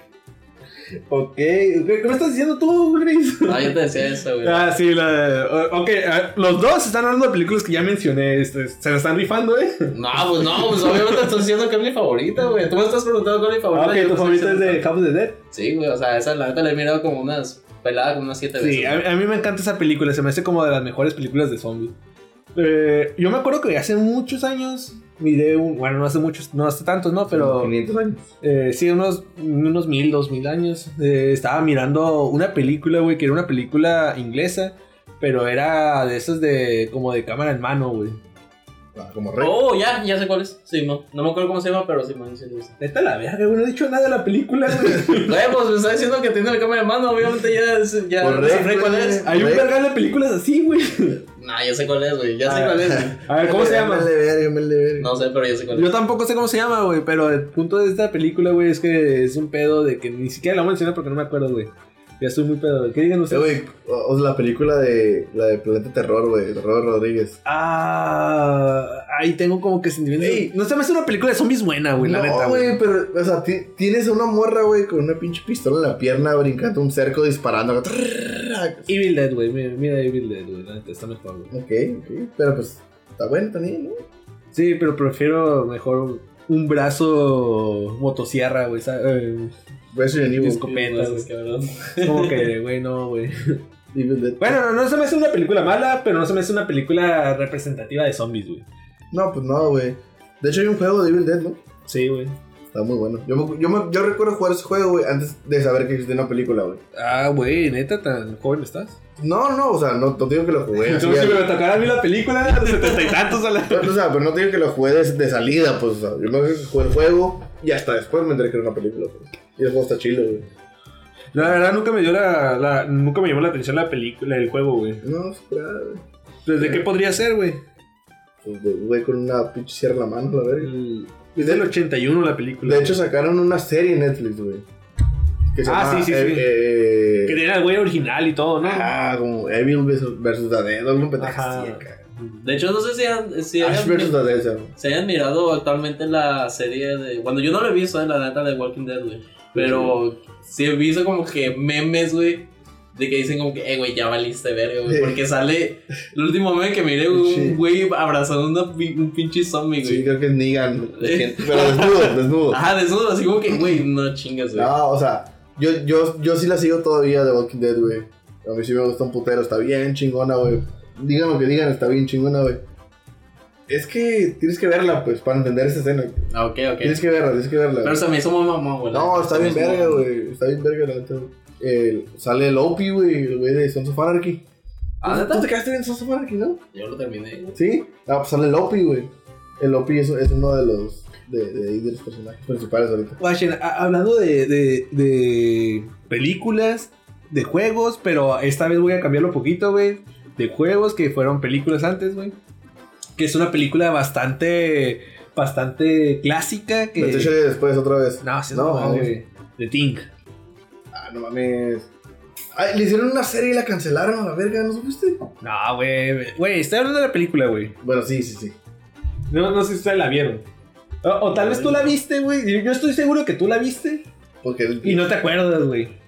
Ok, ¿qué qué me estás diciendo tú, Chris?
Ah, yo te decía eso, güey.
Ah, sí, la de... Ok, ah, los dos están hablando de películas que ya mencioné. este, Se la están rifando, ¿eh?
No, pues no, pues obviamente te estoy diciendo que es mi favorita, güey. Tú me estás preguntando cuál es mi favorita.
Ah, ok, tu
yo te estoy
favorita es
diciendo-
de House of the Dead.
Sí, güey, o sea, esa la neta la he mirado como unas pelada como unas siete
Sí,
veces.
a, a mí me encanta esa película, se me hace como de las mejores películas de zombies. Eh, yo me acuerdo que hace muchos años miré un. Bueno, no hace muchos, no hace tantos, ¿no? Pero.
500 años.
Eh, sí, unos, unos mil, dos mil años. eh, estaba mirando una película, güey, que era una película inglesa, pero era de esas de como de cámara en mano, güey.
Ah, como rey.
Oh, ya, ya sé cuál es. Sí, no, no me acuerdo cómo se llama, pero sí, man, sí, sí, sí.
Neta la verga, güey, no he dicho nada de la película, güey.
Güey, pues me está diciendo que tiene la cámara en mano, obviamente ya, es- ya
Correcto.
sabré cuál es.
Hay un
Güey.
vergal de películas así, güey.
Nah, ya sé cuál es, güey, ya sé
Ah.
cuál es. güey.
A ver, ¿cómo se llama?
Mele verga, mele verga.
No sé, pero ya sé cuál es.
Yo tampoco sé cómo se llama, güey, pero el punto de esta película, güey, es que es un pedo de que ni siquiera la voy a mencionar porque no me acuerdo, güey. Ya estoy muy pedo, güey. ¿Qué digan
Eh,
ustedes?
güey, o- o la película de la de Planeta Terror, güey, de Robert Rodríguez.
Ah, ahí tengo como que sentimientos.
Ey.
No se me hace una película de zombies buena, güey, la neta,
no,
güey.
güey, pero, o sea, ti- tienes a una morra, güey, con una pinche pistola en la pierna, brincando un cerco, disparando. acá, trrrr,
Evil Dead, güey. Mira, mira Evil Dead, güey. La neta está mejor, güey.
Ok, ok, pero pues, está bueno también, ¿no?
Sí, pero prefiero mejor un brazo motosierra, güey. sa- eh,
Resident Evil.
Disco- escopeta,
Sí, pues, es que, ¿verdad?
es como que, güey, no, güey.
Evil Dead.
Bueno, no, no se me hace una película mala, pero no se me hace una película representativa de zombies, güey.
No, pues no, güey. De hecho, hay un juego de Evil Dead, ¿no?
Sí, güey.
Está muy bueno. Yo, me- yo, me- yo recuerdo jugar ese juego, güey, antes de saber que existía una película, güey.
Ah, güey, neta, tan joven estás.
No, no, o sea, no, no te digo que lo jugué. así, al-
tocara a mí la película de setenta y tantos a la.
Pero, o sea, pero no te digo que lo jugué de, de salida, pues, o sea, yo me acuerdo que jugué el juego y hasta después me enteré que era una película, pues. Y el juego está chido, güey.
La verdad, nunca me dio la, la- Nunca me llamó la atención la película, el juego, güey.
No, es claro.
¿Desde qué podría ser, güey?
Pues, de- güey, con una pinche cierra la mano, la verga.
El- Es del 81 la película.
De hecho, sacaron una serie en Netflix, güey. Que
Ah, sí, sí,
eh,
sí.
eh,
que tenía el güey original y todo, ¿no?
ah, como Evil vs. vs. The Dead, algo pendejo
Ajá.
así, acá.
De hecho, no sé si, han- si
Ash vs.
hayan,
The Dead, se llama.
se hayan mirado actualmente la serie de. Bueno, yo no lo he visto en la neta de Walking Dead, güey.
Mm.
Pero sí he visto como que memes, güey. De que dicen como que, eh, güey, ya valiste verga, güey.
Sí.
Porque sale. El último meme que miré, güey,
Sí.
un güey abrazando una pi- un pinche zombie,
Sí,
güey.
creo que es Negan.
Eh.
Pero desnudo, desnudo.
Ajá, desnudo, así como que, güey, no chingas, güey.
No, o sea, yo, yo, yo sí la sigo todavía de Walking Dead, güey. A mí sí me gusta un putero, está bien chingona, güey. Digan lo que digan, está bien chingona, güey. Es que tienes que verla, pues, para entender esa escena.
Ah, ok, ok.
Tienes que verla, tienes que verla.
Pero
güey.
se me hizo muy mamón, güey.
No, está
Se me
bien
hizo
verga,
mamón.
güey. Está bien verga, la neta. güey. El- sale el Opie, güey, el güey de Sons of Anarchy.
Ah, ¿neta?
¿Tú te quedaste en Sons of Anarchy, no?
Yo lo terminé.
Sí. Ah, pues sale el Opie, güey. El Opie es, es uno de los, de, de, de los personajes principales ahorita.
Guachen, a- hablando de, de, de películas, de juegos, pero esta vez voy a cambiarlo un poquito, güey. De juegos que fueron películas antes, güey. Que es una película bastante, bastante clásica.
Me estoy
Que...
después otra vez.
No, sí, es
No,
mamá, güey. De Tink.
Ah, no mames. Ay, le hicieron una serie y la cancelaron a la verga, ¿no supiste?
No, güey. Güey, estoy hablando de la película, güey.
Bueno, sí, sí, sí.
No, no sé si ustedes la vieron. O, o tal vez tú la viste, güey. Yo- Yo estoy seguro que tú la viste.
Porque el-
Y no te acuerdas, güey.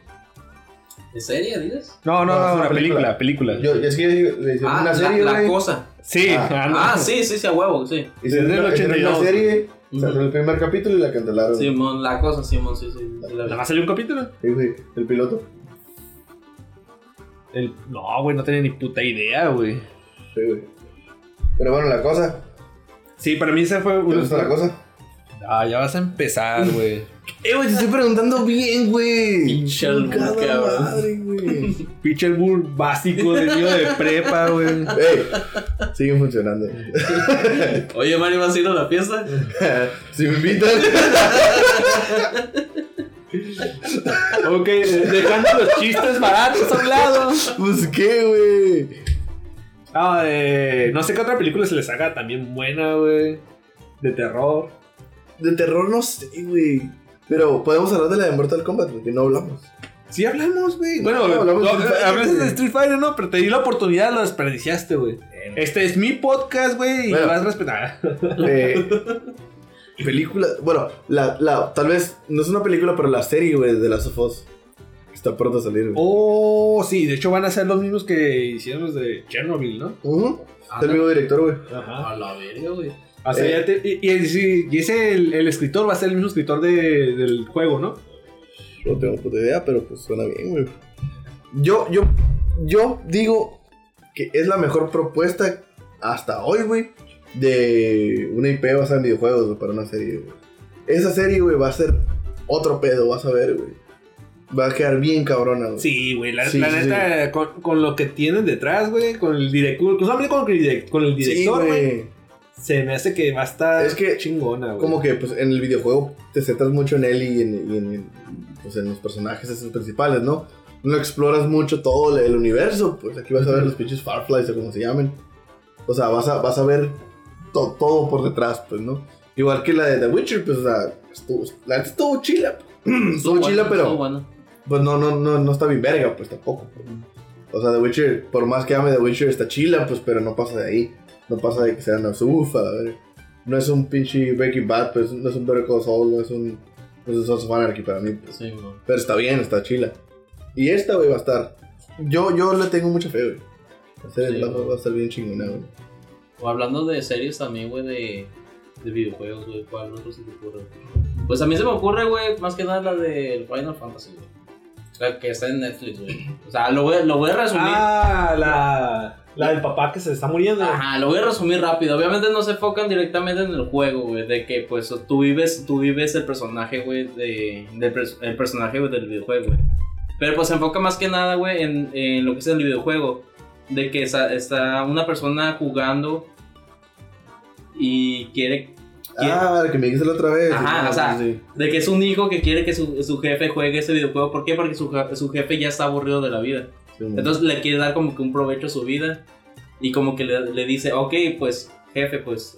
¿En serie, dices?
No, no,
No, es
no,
una
la película, película.
yo, es que le hicieron
Ah,
una
la,
serie,
la
güey.
cosa.
Sí,
Ah.
Ah, sí, sí, sí, a huevo, sí.
Hicieron
desde el
una- hicieron una
82.
serie,
Ujú.
salió el primer capítulo y la cancelaron. Sí,
Simón, la cosa, Simón, sí, sí. sí, la vi.
¿Nada más salió un capítulo?
güey, el piloto.
El- No, güey, no tenía ni puta idea, güey.
Sí, güey. Pero bueno, la cosa.
Sí, para mí esa fue
¿Te
una.
gusta la cosa?
Ah, ya vas a empezar, güey.
Eh, güey, te estoy preguntando bien, güey.
Pinche albur, cabrón.
madre, güey.
Pinche el burro básico de niño de prepa, güey.
Ey, siguen funcionando.
Oye, Mario, ¿vas a ir a la fiesta?
si me invitan.
Ok, dejando los chistes baratos a un lado.
pues qué, güey.
Ah, eh, no sé qué otra película se les haga también buena, güey. De terror.
De terror no sé, güey. Pero podemos hablar de la de Mortal Kombat, porque no hablamos.
Sí hablamos, güey. Bueno,
No, hablamos
no,
de Street
hablaste
Fighter,
de
güey.
Street Fighter, no, pero te di la oportunidad, lo desperdiciaste, güey. Este es mi podcast, güey, y
Bueno.
vas a respetar. Ah.
Eh, película. Bueno, la, la, tal vez no es una película, pero la serie, güey, de las of Us. Está pronto a salir, güey.
Oh, sí, de hecho van a ser los mismos que hicieron los de Chernobyl, ¿no?
Ujú. Está el mismo director, güey.
Ajá.
A la verga, güey.
O sea,
Eh.
ya te- y, y- sí, y ese, el, el escritor, va a ser el mismo escritor de- del juego, ¿no?
No tengo puta idea, pero pues suena bien, güey. Yo, yo, yo digo que es la mejor propuesta hasta hoy, güey, de una IP basada en videojuegos güey, para una serie, güey. Esa serie, güey, va a ser otro pedo, vas a ver, güey. Va a quedar bien cabrona, güey.
Sí, güey, la,
Sí,
la
sí,
neta, Con, con lo que tienen detrás, güey, con el director, con, solamente con el direct- con el
Sí,
director, güey, se me hace que va a estar
Es que-
chingona, güey.
Como que pues en el videojuego te centras mucho en él y en, y en- pues, en los personajes esos principales, ¿no? No exploras mucho todo el, el universo, pues aquí vas a ver los pinches Fireflies o como se llamen. O sea, vas a, vas a ver to- todo por detrás, pues, ¿no? Igual que la de The Witcher, pues, o sea, estuvo, la neta estuvo chila. estuvo chila, pero
Estuvo bueno.
pues no, no, no, no está bien verga, pues tampoco. pues. O sea, The Witcher, por más que ame The Witcher, está chila, pues, pero no pasa de ahí. No pasa de que sea una sufa, a ver. No es un pinche Breaking Bad, pues, no es un Better Call Saul, no es un, no es un Sons of Anarchy para mí, pues.
Sí, güey.
Pero está bien, está chila. Y esta, güey, va a estar. Yo, yo le tengo mucha fe, güey. Va a ser-
Sí,
va-
güey.
va a estar bien chingona, güey.
O hablando de series también, güey, de, de videojuegos, güey, ¿cuál otro se te ocurre? Pues a mí se me ocurre, güey, más que nada la del Final Fantasy, güey. La que está en Netflix, güey. O sea, lo voy, lo voy a resumir.
Ah, la, la del papá que se está muriendo.
Ajá, lo voy a resumir rápido. Obviamente no se enfocan directamente en el juego, güey. De que, pues, tú vives, tú vives el personaje, güey, de, del pers- el personaje güey, del videojuego, güey. Pero pues se enfoca más que nada, güey, en, en lo que es el videojuego. De que está, está una persona jugando y quiere... quiere-
Ah, la que me dijiste la otra vez.
Ajá,
Ah,
o sea,
sí, sí.
De que es un hijo que quiere que su, su jefe juegue ese videojuego. ¿Por qué? Porque su, ja- su jefe ya está aburrido de la vida.
Sí, güey.
Entonces le quiere dar como que un provecho a su vida. Y como que le, le dice, ok, pues jefe, pues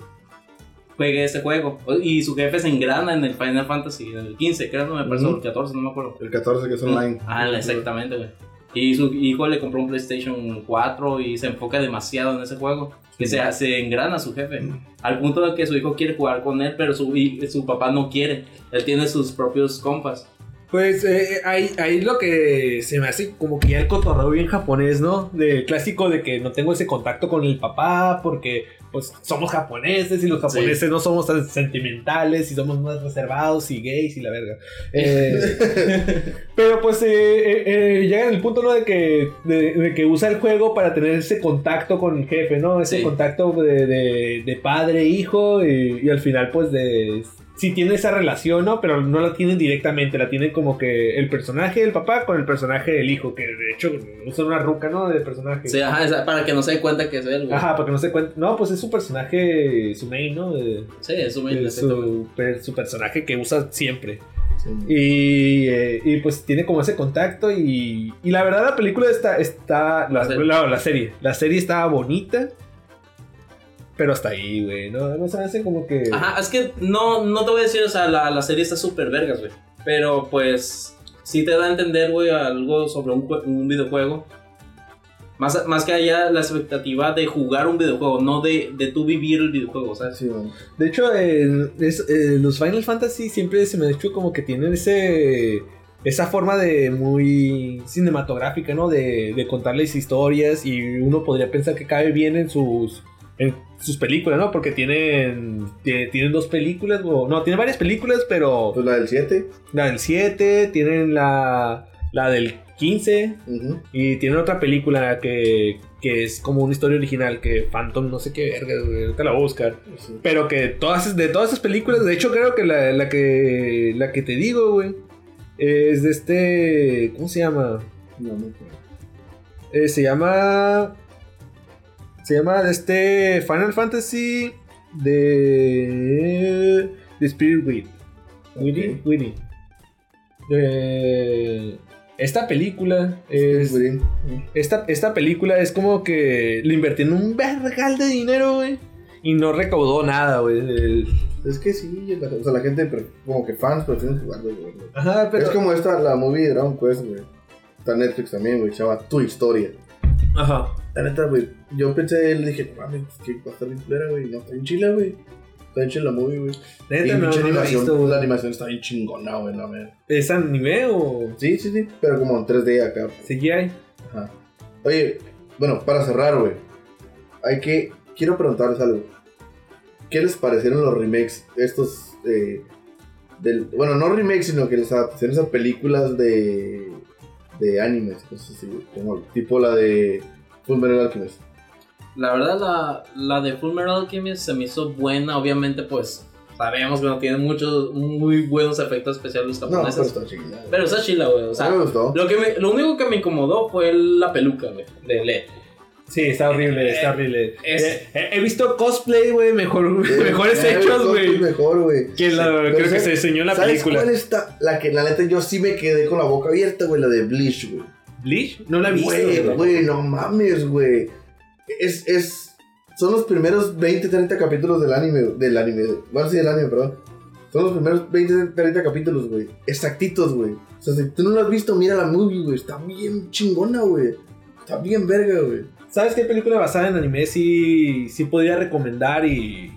juegue este juego. Y su jefe se engrana en el Final Fantasy, en el 15, creo, no me parece, o
Ujú.
el 14, no me acuerdo.
el 14 que es online.
Ah, exactamente, güey. Y su hijo le compró un PlayStation 4 y se enfoca demasiado en ese juego. Que se, se engrana su jefe. Al punto de que su hijo quiere jugar con él, pero su, hi- su papá no quiere. Él tiene sus propios compas.
Pues eh, eh, ahí, ahí lo que se me hace como que ya el cotorreo bien japonés, ¿no? Del clásico de que no tengo ese contacto con el papá porque pues somos japoneses y los japoneses no somos tan sentimentales y somos más reservados y gays y la verga. Eh, pero pues eh, eh, eh, llega en el punto, ¿no? De que, de, de que usa el juego para tener ese contacto con el jefe, ¿no? Ese
Sí.
contacto de, de- de padre, hijo y, y al final pues de... Sí tiene esa relación, ¿no? Pero no la tienen directamente, la tienen como que el personaje del papá con el personaje del hijo, que de hecho usan una ruca, ¿no? De personaje.
Sí, ajá, esa- para que no se dé cuenta que es él, güey.
Ajá, para que no se cuente. No, pues es su personaje, su main, ¿no? De-
Sí, es un
de su, per- su personaje que usa siempre.
Sí.
Y, eh, y, pues tiene como ese contacto y, y la verdad la película está, está la,
La serie.
la- la serie, la serie estaba bonita, pero hasta ahí, güey, no, no se me hace como que...
Ajá, es que no, no te voy a decir, o sea, la, la serie está súper vergas, güey. Pero pues sí te da a entender, güey, algo sobre un, jue- un videojuego. Más, más que allá la expectativa de jugar un videojuego, no de, de tú vivir el videojuego, ¿sabes?
Sí, güey.
De hecho, eh, es- eh, los Final Fantasy siempre se me ha hecho como que tienen ese... Esa forma de muy cinematográfica, ¿no? De, de contarles historias y uno podría pensar que cabe bien en sus, en sus películas, ¿no? Porque tienen, tie- tienen dos películas, o no, tienen varias películas, pero
Pues la del 7.
la del 7, tienen la, la del 15
Ujú.
y tienen otra película que, que es como una historia original, que Phantom no sé qué verga, güey, ahorita la voy a buscar.
Sí.
Pero que todas, de todas esas películas, de hecho creo que la, la que la que te digo, güey, es de este, ¿cómo se llama?
No, no creo.
Eh, se llama. Se llama de este Final Fantasy de. de Spirit With. Winnie.
Ok.
Winnie. Eh, esta película es.
Green.
Esta, esta película es como que le invirtieron un vergal de dinero, güey. Y no recaudó nada, güey. El-
Es que sí, la, o sea, la gente, pre- como que fans prefieren jugar de güey.
Ajá, pero.
Es como esta, la movie de Dragon Quest, güey. Está en Netflix también, güey. Se llama Tu Historia.
Ajá.
La neta, güey. Yo pensé, le dije, no mames, que va a estar bien culera, güey. No, está bien chila, güey. Está bien chila la movie, güey. Y
Neta, no, no
pinche
la he
animación,
visto,
la
güey.
animación está bien chingona, güey, la verdad.
¿Es anime o
Sí, sí, sí. Pero como en 3D acá.
CGI?
Ajá. Oye, bueno, para cerrar, güey. Hay que. Quiero preguntarles algo. ¿Qué les parecieron los remakes? Estos. eh, del, bueno, no remakes, sino que las adaptaciones a películas de. de animes. No sé si. Como, tipo la de. Fullmetal Alchemist.
La verdad, la, la de Full Metal Alchemist se me hizo buena. Obviamente, pues sabemos que no tiene muchos muy buenos efectos especiales los
No, pues, pero
japoneses.
está chingada.
pero está chila, güey. O
a
sea,
mí me gustó.
lo, que me- lo único que me incomodó fue la peluca, güey, de E LED.
Sí, está horrible, está
Eh,
horrible.
es-
Eh, eh, he visto cosplay, güey, mejor, mejores
Eh,
hechos,
todo es
güey.
Mejor, güey.
Que la,
Pero
creo que
¿sabes-
se diseñó en la
¿Sabes
película.
cuál está? La que la neta yo sí me quedé con la boca abierta, güey, la de Bleach, güey.
¿Bleach? No la he visto.
Güey,
güey.
güey, no mames, güey. Es, es. Son los primeros 20, 30 capítulos del anime, del anime. Bueno, sí, del anime, perdón. Son los primeros 20, 30 capítulos, güey. Exactitos, güey. O sea, si tú no lo has visto, mira la movie, güey. Está bien chingona, güey. Está bien verga, güey.
¿Sabes qué película basada en anime sí, sí podría recomendar y.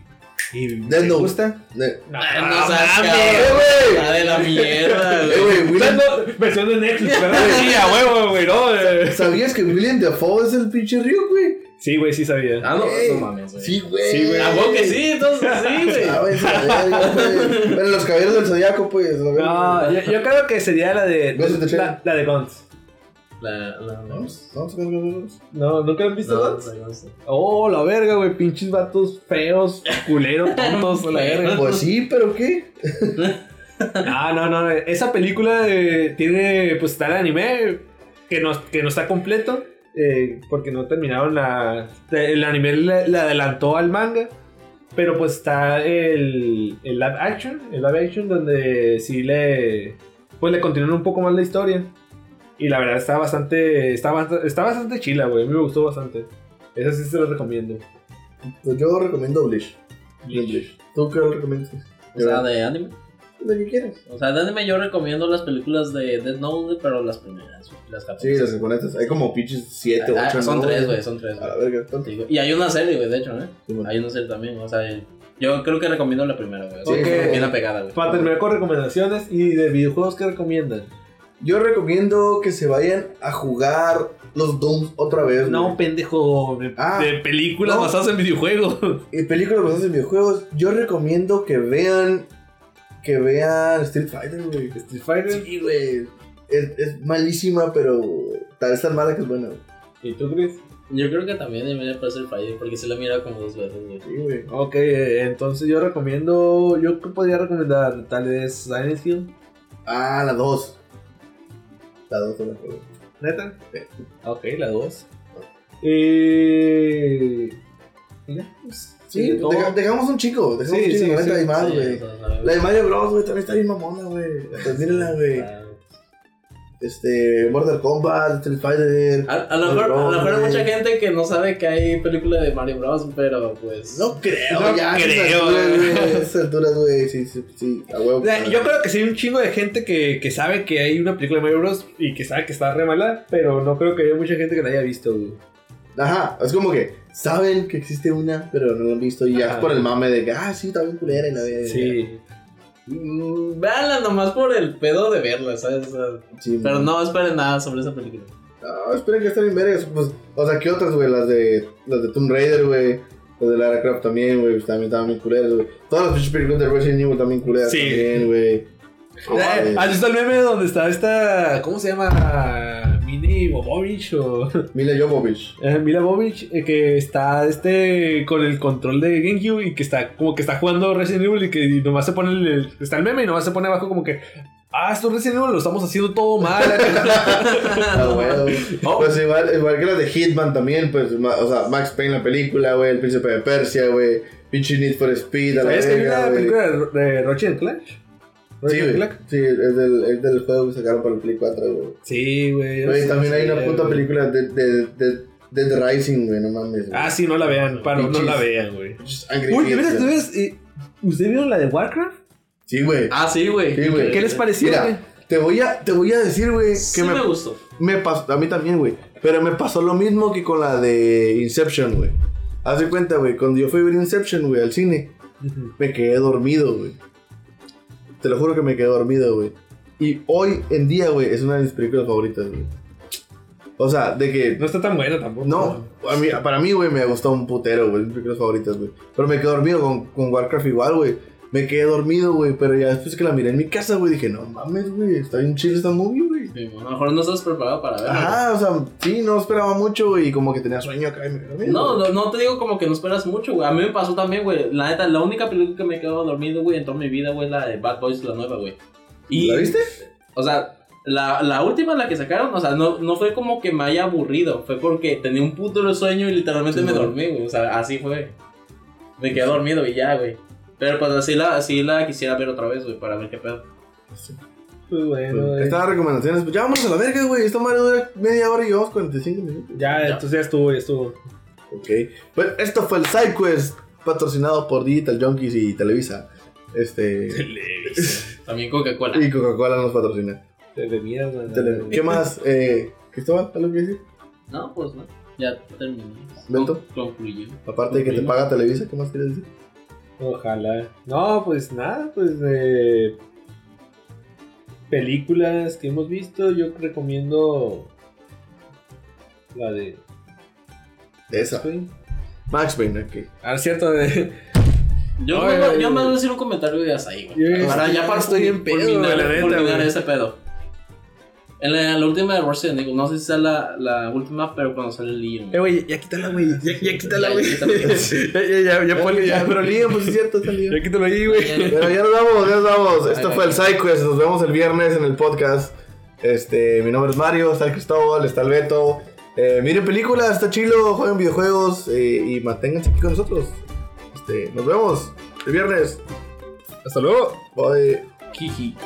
y
Death
¿Te
Note.
gusta? Ah,
Eh,
No,
Ay, no seas
¡Eh,
cabrón.
güey!
La de la mierda,
Eh,
güey.
güey, William-
Versión de Netflix, ¿verdad? Sí, a huevo, güey, ¿no? Eh,
¿Sabías que William Dafoe es el pinche río, güey?
Sí, güey, sí sabía.
Ah, no,
Ey,
no mames, güey.
Sí, güey.
Sí, güey.
Ah, bueno, que sí, entonces sí,
Ah,
güey.
güey, esa verga, güey. Bueno, los caballeros del zodiaco, pues. la verga.
No, Ah, yo, yo creo que sería la de.
Ghost in the Shell.
La, la de Guns.
La, la, no,
Vamos, vamos, vamos, vamos.
No, ¿nunca han visto
no,
Guns?
no sé.
Oh, la verga, güey, pinches vatos feos, culeros, tontos, la verga.
Pues sí, pero ¿qué?
Ah, no, no, esa película eh, tiene, pues está el anime, que no, que no está completo, eh, porque no terminaron la... El anime le, le adelantó al manga, pero pues está el, el live action, el live action donde sí le... Pues le continúan un poco más la historia. Y la verdad está bastante... Está, bast- está bastante chila, güey, a mí me gustó bastante. Esa sí se la recomiendo.
Pues yo recomiendo Bleach. ¿Tú qué lo recomiendas?
O sea, de anime.
Lo que quieras.
O sea, de anime yo recomiendo las películas de Death Note, güey, pero las primeras, güey, las
Sí,
japonesas.
las japonesas. Hay como pinches 7 o
Ah,
8.
son tres, güey, son tres,
A
güey.
la verga, tanto.
Te digo. Y hay una serie, güey, de hecho, ¿eh?
Sí, bueno.
Hay una serie también, o sea, yo creo que recomiendo la primera, güey.
Sí,
Sí,
sí.
Bien la pegada, güey.
Para terminar con recomendaciones y de videojuegos que recomiendan.
Yo recomiendo que se vayan a jugar los Dooms otra vez.
No,
güey.
pendejo. De,
Ah,
de películas
no.
basadas en videojuegos.
Y películas basadas en videojuegos. Yo recomiendo que vean. Que vean Street Fighter, güey.
Street Fighter.
Sí, güey. Es, es malísima, pero tal vez tan mala que es buena. güey.
¿Y tú, Chris?
Yo creo que también debería aparecer Friday, porque se la mira como dos veces, güey.
Sí, güey.
Ok, eh, entonces yo recomiendo. Yo que podría recomendar tal vez Silent Hill.
Ah, la 2. La 2 la juego.
¿Neta?
Sí.
Ok, la 2. Eh. y ya, pues,
Sí,
todo.
deja- dejamos un chico, dejamos
Sí,
un chico,
sí,
la neta,
sí,
hay más,
Sí,
Ah, güey.
o sea, no,
La de Mario Bros, güey, también está bien mamona, güey. Pues mírenla, güey.
Ah,
Este, Mortal Kombat, Street Fighter.
A, a lo mejor, a lo mejor hay mucha gente que no sabe que hay película de Mario Bros, pero pues.
No creo,
No
ya. a esas
creo,
alturas,
güey.
güey, A esas alturas, güey, sí, sí, sí, a huevo.
O sea, Yo creo que sí hay un chingo de gente que, que sabe que hay una película de Mario Bros. y que sabe que está re mala, pero no creo que haya mucha gente que la haya visto, güey.
Ajá, es como que saben que existe una, pero no la han visto y ya
Ajá.
es por el mame de que, ah, sí, está bien culera y la
Eh,
verga.
Sí.
Mm, Véanla nomás por el pedo de verla, ¿sabes? O sea,
Sí,
Pero no esperen nada sobre esa película.
No, esperen que están bien vergas. Pues, o sea, ¿qué otras, güey? Las de, las de Tomb Raider, güey. Las de Lara Croft también, güey. Pues, también estaban bien culeras, güey. Todas las pinches películas de Resident Evil también culeras
Sí.
también, güey. No
Eh,
mames.
¿Has visto el meme donde está esta. ¿Cómo se llama? Mini Bobovich o.
Mila Jovovich.
Eh, Mila Bobich, eh, que está este con el control de GameCube y que está como que está jugando Resident Evil y que nomás se pone el, el- está el meme y nomás se pone abajo como que ah, esto es Resident Evil lo estamos haciendo todo mal.
Ah, güey.
Oh.
Pues igual, igual que las de Hitman también, pues, ma- o sea, Max Payne la película, güey, el príncipe de Persia, güey, pinche Need for Speed, a la
¿Sabías que hay
verga,
una
güey.
película de, Ro- de Ratchet and Clank?
Sí,
Ratchet and
güey.
Clank.
Sí, es del, es del juego que sacaron para el Play 4, güey.
Sí, güey.
Güey, también hay una
Sí,
puta
güey.
película de, de, de, Dead Rising, güey, no mames. güey.
Ah, sí, no la vean, para no
Pinches.
la vean, güey.
Just Angry
Uy,
Kids,
¿de veras,
güey.
de veras, eh, ¿ustedes vieron la de Warcraft?
Sí, güey.
Ah, sí, güey.
Sí, güey.
¿Qué les pareció?
Mira,
güey?
Te voy a, te voy a decir, güey, que
Sí
me,
me gustó.
me pasó, a mí también, güey, pero me pasó lo mismo que con la de Inception, güey. Haz de cuenta, güey, cuando yo fui a ver Inception, güey, al cine,
Ujú.
me quedé dormido, güey. Te lo juro que me quedé dormido, güey. Y hoy en día, güey, es una de mis películas favoritas, güey. O sea, de que
No está tan buena tampoco.
no, a mí- para mí, güey, me gustó un putero, güey. Mis películas favoritas, güey. Pero me quedé dormido con, con Warcraft igual, güey. Me quedé dormido, güey. Pero ya después que la miré en mi casa, güey, dije, no mames, güey. Está bien chido esta movie, güey. güey.
Sí, a lo mejor no estás preparado para verlo.
Ajá, o sea, sí, no esperaba mucho y como que tenía sueño acá. y me quedé dormido,
No,
güey.
no, no te digo como que no esperas mucho, güey. A mí me pasó también, güey. La neta, la única película que me he quedado dormido, güey, en toda mi vida, güey, es la de Bad Boys, la nueva, güey. Y,
¿La viste?
O sea, la, la última, la que sacaron, o sea, no, no fue como que me haya aburrido. Fue porque tenía un puto de sueño y literalmente
Sí,
me
güey.
dormí, güey. O sea, así fue. Me quedé dormido y ya, güey. Pero pues así la, así la quisiera ver otra vez, güey, para ver qué pedo.
Sí.
Pues bueno, eh,
Estas recomendaciones, pues ya vámonos a la verga, güey. Esta madre dura media hora y llevamos 45 minutos.
ya, entonces ya estuvo, ya estuvo.
Ok. Pues esto fue el SideQuest, patrocinado por Digital Junkies y Televisa. Este.
También Coca-Cola.
Y Coca-Cola nos patrocina.
Tele mierda.
Tele- ¿Qué más? Eh, Cristóbal, ¿algo que decir?
No, pues no. Ya terminé.
¿Bento?
Con- Concluyó.
Aparte de que te
Prima.
paga Televisa, ¿qué más quieres decir?
Ojalá. No, pues nada, pues eh, películas que hemos visto, yo recomiendo la de
Esa.
Swing.
Max Payne, ok.
Ah, es cierto, de-
Yo,
Ay,
me,
ay,
yo
ay.
más voy a decir un comentario de Asahi, güey.
Yo
Para
estoy-
ya para
estoy en pedo,
culminar,
la neta,
culminar
güey.
ese pedo. En la, la última de Resident Evil, no sé si sea la, la última, pero cuando sale Leon.
Eh, güey, ya quítala, güey. Ya, ya quítala,
Ya,
güey.
ya quítala.
ya, ya, ya, ya, ponle, ya.
pero Liam, pues es cierto, está Liam.
Ya quítalo ahí, güey.
Pero ya nos vamos, ya nos vamos. Esto
Ay,
fue
ay.
el SideQuest. Nos vemos el viernes en el podcast. Este, mi nombre es Mario, está el Cristóbal, está el Beto. Eh, miren películas, está chilo, jueguen videojuegos eh, y manténganse aquí con nosotros. Este, nos vemos el viernes. Hasta luego. Bye.
Kiki.